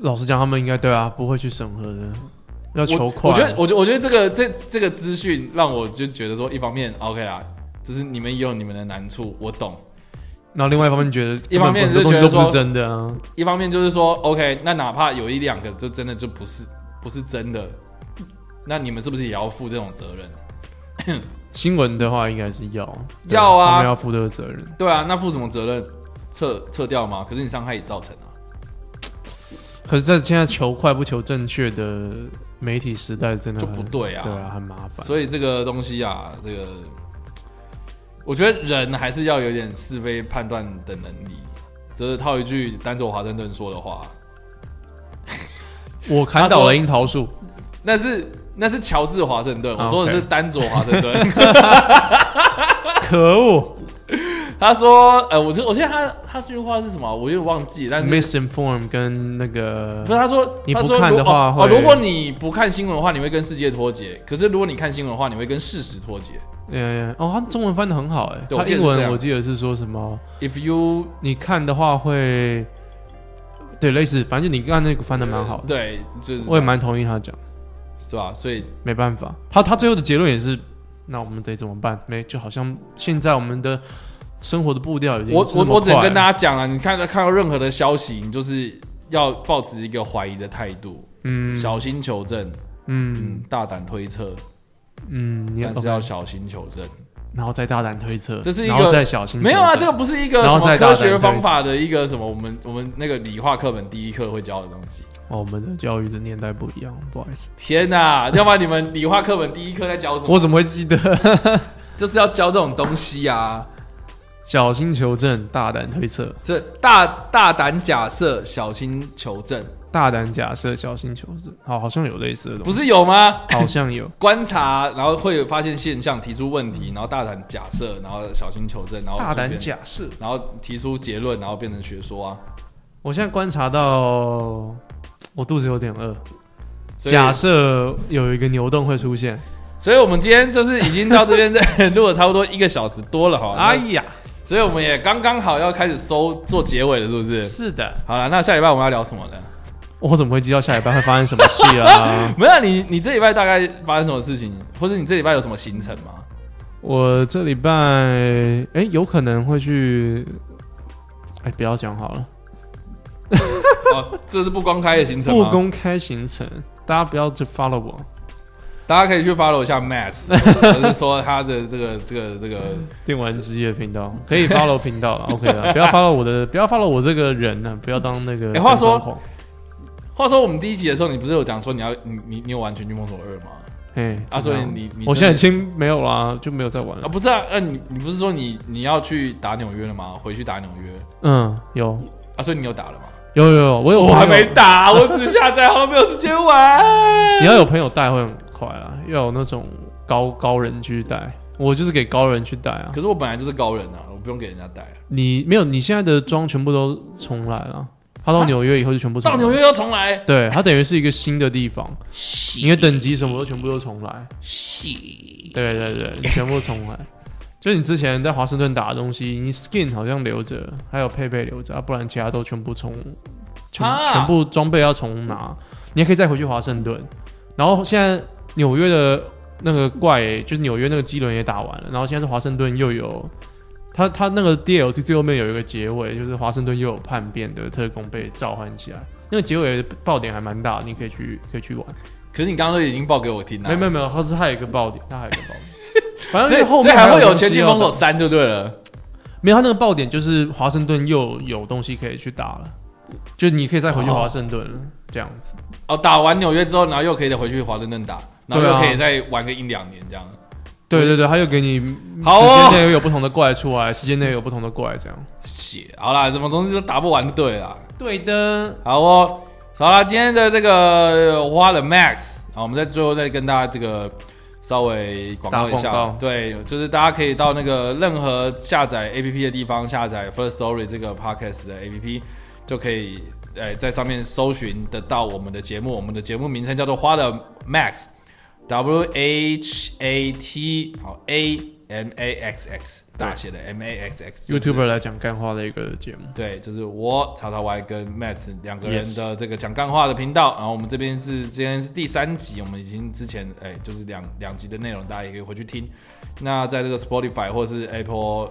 S5: 老实讲，他们应该对啊，不会去审核的，要求快。
S4: 我我
S5: 啊
S4: 觉得，我觉我觉得这个这这个资讯让我就觉得说，一方面 OK 啊，就是你们也有你们的难处，我懂；
S5: 然后另外一方面觉得，
S4: 一方面
S5: 很
S4: 就
S5: 多东
S4: 觉
S5: 西
S4: 得
S5: 都
S4: 说
S5: 不是真的啊。
S4: 一方面就是说 OK，那哪怕有一两个就真的就不是不是真的，那你们是不是也要负这种责任？
S5: 新闻的话，应该是要对
S4: 要啊
S5: 他们要负这个责任。
S4: 对啊，那负什么责任？撤撤掉吗？可是你伤害也造成啊。
S5: 可是，在现在求快不求正确的媒体时代，真的
S4: 就
S5: 很
S4: 不对啊
S5: 对啊，很麻烦。
S4: 所以这个东西啊，这个我觉得人还是要有点是非判断的能力。就是套一句丹佐华盛顿说的话，
S5: 我砍倒了樱桃树，
S4: 那是那是乔治华盛顿，
S5: 啊
S4: 我说的是
S5: OK
S4: 丹佐华盛顿。 *laughs*
S5: 可恶
S4: 他说，呃，我觉得我记得他他这句话是什么啊，我有点忘记，但是
S5: ！misinform 跟那个
S4: 不是啊他说，
S5: 你
S4: 他
S5: 不
S4: 说
S5: 看
S4: 如
S5: 的话
S4: 哦哦，
S5: 会
S4: 如果你不看新闻的话，你会跟世界脱节；可是如果你看新闻的话，你会跟事实脱节。
S5: 呃哦，他中文翻的很好哎、
S4: 对我
S5: 他
S4: 记得
S5: 英
S4: 是这
S5: 文
S4: 样
S5: 我记得是说什么？
S4: If you
S5: 你看的话会对类似，反正你刚才那个翻的蛮好的，
S4: 对，就是啊
S5: 我也蛮同意他讲，
S4: 是吧？所以
S5: 没办法，他他最后的结论也是，那我们得怎么办？没，就好像现在我们的生活的步调已经
S4: 我
S5: 是
S4: 我
S5: 那么
S4: 我只能
S5: 快
S4: 跟
S5: 了
S4: 大家讲啊了，你看看到任何的消息，你就是要保持一个怀疑的态度，
S5: 嗯
S4: 小心求证，
S5: 嗯
S4: 嗯，大胆推测，
S5: 嗯，你
S4: 但是
S5: OK
S4: 要小心求证。
S5: 然后再大胆推测，
S4: 这是一个
S5: 然后再嗯小心
S4: 没有啊，
S5: 求证
S4: 这个不是一个
S5: 然
S4: 什
S5: 后
S4: 么
S5: 再大
S4: 科
S5: 胆
S4: 学方法的一个什么，我们我们那个理化课本第一课会教的东西。
S5: 哦，我们的教育的年代不一样，不好意思，
S4: 天哪、要不然你们理化课本第一课在教什么？
S5: 我怎么会记得？ *laughs*
S4: 就是要教这种东西啊，
S5: 小心求证，大胆推测，
S4: 这大大胆假设，小心求证，
S5: 大胆假设，小心求证。好，好像有类似的东
S4: 不
S5: 西，
S4: 是有吗？ *coughs*
S5: 好
S4: *laughs*
S5: 像有。
S4: 观察，然后会有发现现象，提出问题，然后大胆假设，然后小心求证，然后
S5: 大
S4: 顺
S5: 胆
S4: 便，
S5: 假设，
S4: 然后提出结论，然后变成学说啊。
S5: 我现在观察到，我肚子有点饿。
S4: 所以
S5: 假设有一个牛洞会出现，
S4: 所以我们今天就是已经到这边 *laughs* 在录了差不多一个小时多了哈。
S5: 哎
S4: 哎，
S5: 呀，
S4: 所以我们也刚刚好要开始收做结尾了，是不是？
S5: 是的，
S4: 好了，那下礼拜我们要聊什么呢？
S5: 我怎么会知道下礼拜会发生什么戏
S4: *laughs*
S5: 啊？
S4: 没有啊，你你这礼拜大概发生什么事情，或者你这礼拜有什么行程吗？
S5: 我这礼拜，哎、有可能会去，哎、不要讲好了，
S4: *laughs* 哦，这是不公开的行程
S5: 不
S4: 吗？
S5: 公开行程，大家不要就 follow 我。
S4: 大家可以去 follow 一下 Max，就是说他的这个这个这个
S5: 电玩之夜
S4: *laughs*
S5: 频道可以 follow 频道了，OK 了，不要 follow 我的，不要 follow 我这个人呢、不要当那个
S4: 哎
S5: 跟踪狂。
S4: 话说话说，我们第一集的时候，你不是有讲说你要你你你有玩《全军封锁二》吗？
S5: 哎，
S4: 啊，
S5: 怎
S4: 所
S5: 么
S4: 以
S5: 样
S4: 你你
S5: 我
S4: 真
S5: 现在已
S4: 的
S5: 经没有啦，就没有在玩
S4: 啊
S5: 了。
S4: 不是啊，呃、你你不是说你你要去打纽约了吗？回去打纽约
S5: 嗯，有
S4: 啊，所以你有打了吗？
S5: 有有有，我有
S4: 我
S5: 朋
S4: 还
S5: 友
S4: 没。打，我只下载好了，没有时间 *laughs* 玩。
S5: 你要有朋友带会很快啦，要有那种高高人去带，我就是给高人去带啊。
S4: 可是我本来就是高人啊，我不用给人家带。
S5: 你没有，你现在的妆全部都重来了。他到
S4: 啊
S5: 纽约以后就全部重
S4: 到
S5: 来
S4: 纽，约要重来，
S5: 对他等于是一个新的地
S4: *laughs*
S5: 方，你的等级什么都全部都重来。对对对，你全部重来。 *laughs* 就是你之前在华盛顿打的东西，你 skin 好像留着，还有配备留着，啊、不然其他都全部重，全、
S4: 啊
S5: 全部装备要重拿。你还可以再回去华盛顿，然后现在纽约的那个怪、就是纽约那个机轮也打完了，然后现在是华盛顿又有，他他那个 DLC 最后面有一个结尾，就是华盛顿又有叛变的特工被召唤起来，那个结尾的爆点还蛮大，你可以去可以去玩。
S4: 可是你刚刚都已经报给我听了，
S5: 没有没有没有，它是还有一个爆点，它还有一个
S4: *laughs*
S5: 爆点。反
S4: 所以
S5: 正后
S4: 所
S5: 面
S4: 以还会有《
S5: 有
S4: 全军封锁三》就对了。
S5: 没有，它那个爆点就是华盛顿又有东西可以去打了，就你可以再回去华盛顿了，这样子。
S4: 哦，打完纽约之后，然后又可以回去华盛顿打，然后
S5: 对
S4: 又
S5: 啊
S4: 可以再玩个一两年这样。
S5: 对对对，它又给你
S4: 好哦
S5: 时间内有不同的怪出来，时间内有不同的怪，这样。
S4: 血，好啦，怎么总之都打不完就对了啦。
S5: 对的，
S4: 好哦，好啦，今天的这个呃花了 Max，好，我们在最后再跟大家这个稍微广告一
S5: 打
S4: 下
S5: 广告，
S4: 对，就是大家可以到那个任何下载 APP 的地方下载 First Story 这个 Podcast 的 APP，就可以呃在上面搜寻得到我们的节目，我们的节目名称叫做花了 Max。 W H A T 好 A M A X X 大写的 M A X X
S5: YouTuber 来讲干话的一个节目。
S4: 对，就是我曹操 Y 跟 Matt 两个人
S5: Yes
S4: 的这个讲干话的频道。然后我们这边是今天是第三集，我们已经之前哎、就是两两集的内容，大家也可以回去听。那在这个 Spotify 或是 Apple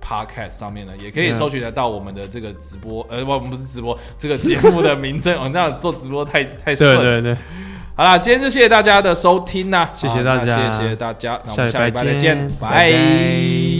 S4: Podcast 上面呢，也可以
S5: Yeah
S4: 搜寻得到我们的这个直播，呃，不，不是直播，这个节目的名称。我、哦、那样做直播太太顺
S5: 对
S4: 了。
S5: 对对，
S4: 好啦，今天就谢谢大家的收听呐、
S5: 谢谢
S4: 好
S5: 大家
S4: 那谢谢大家，那我们
S5: 下
S4: 下礼
S5: 礼
S4: 拜
S5: 拜
S4: 再见，
S5: 拜拜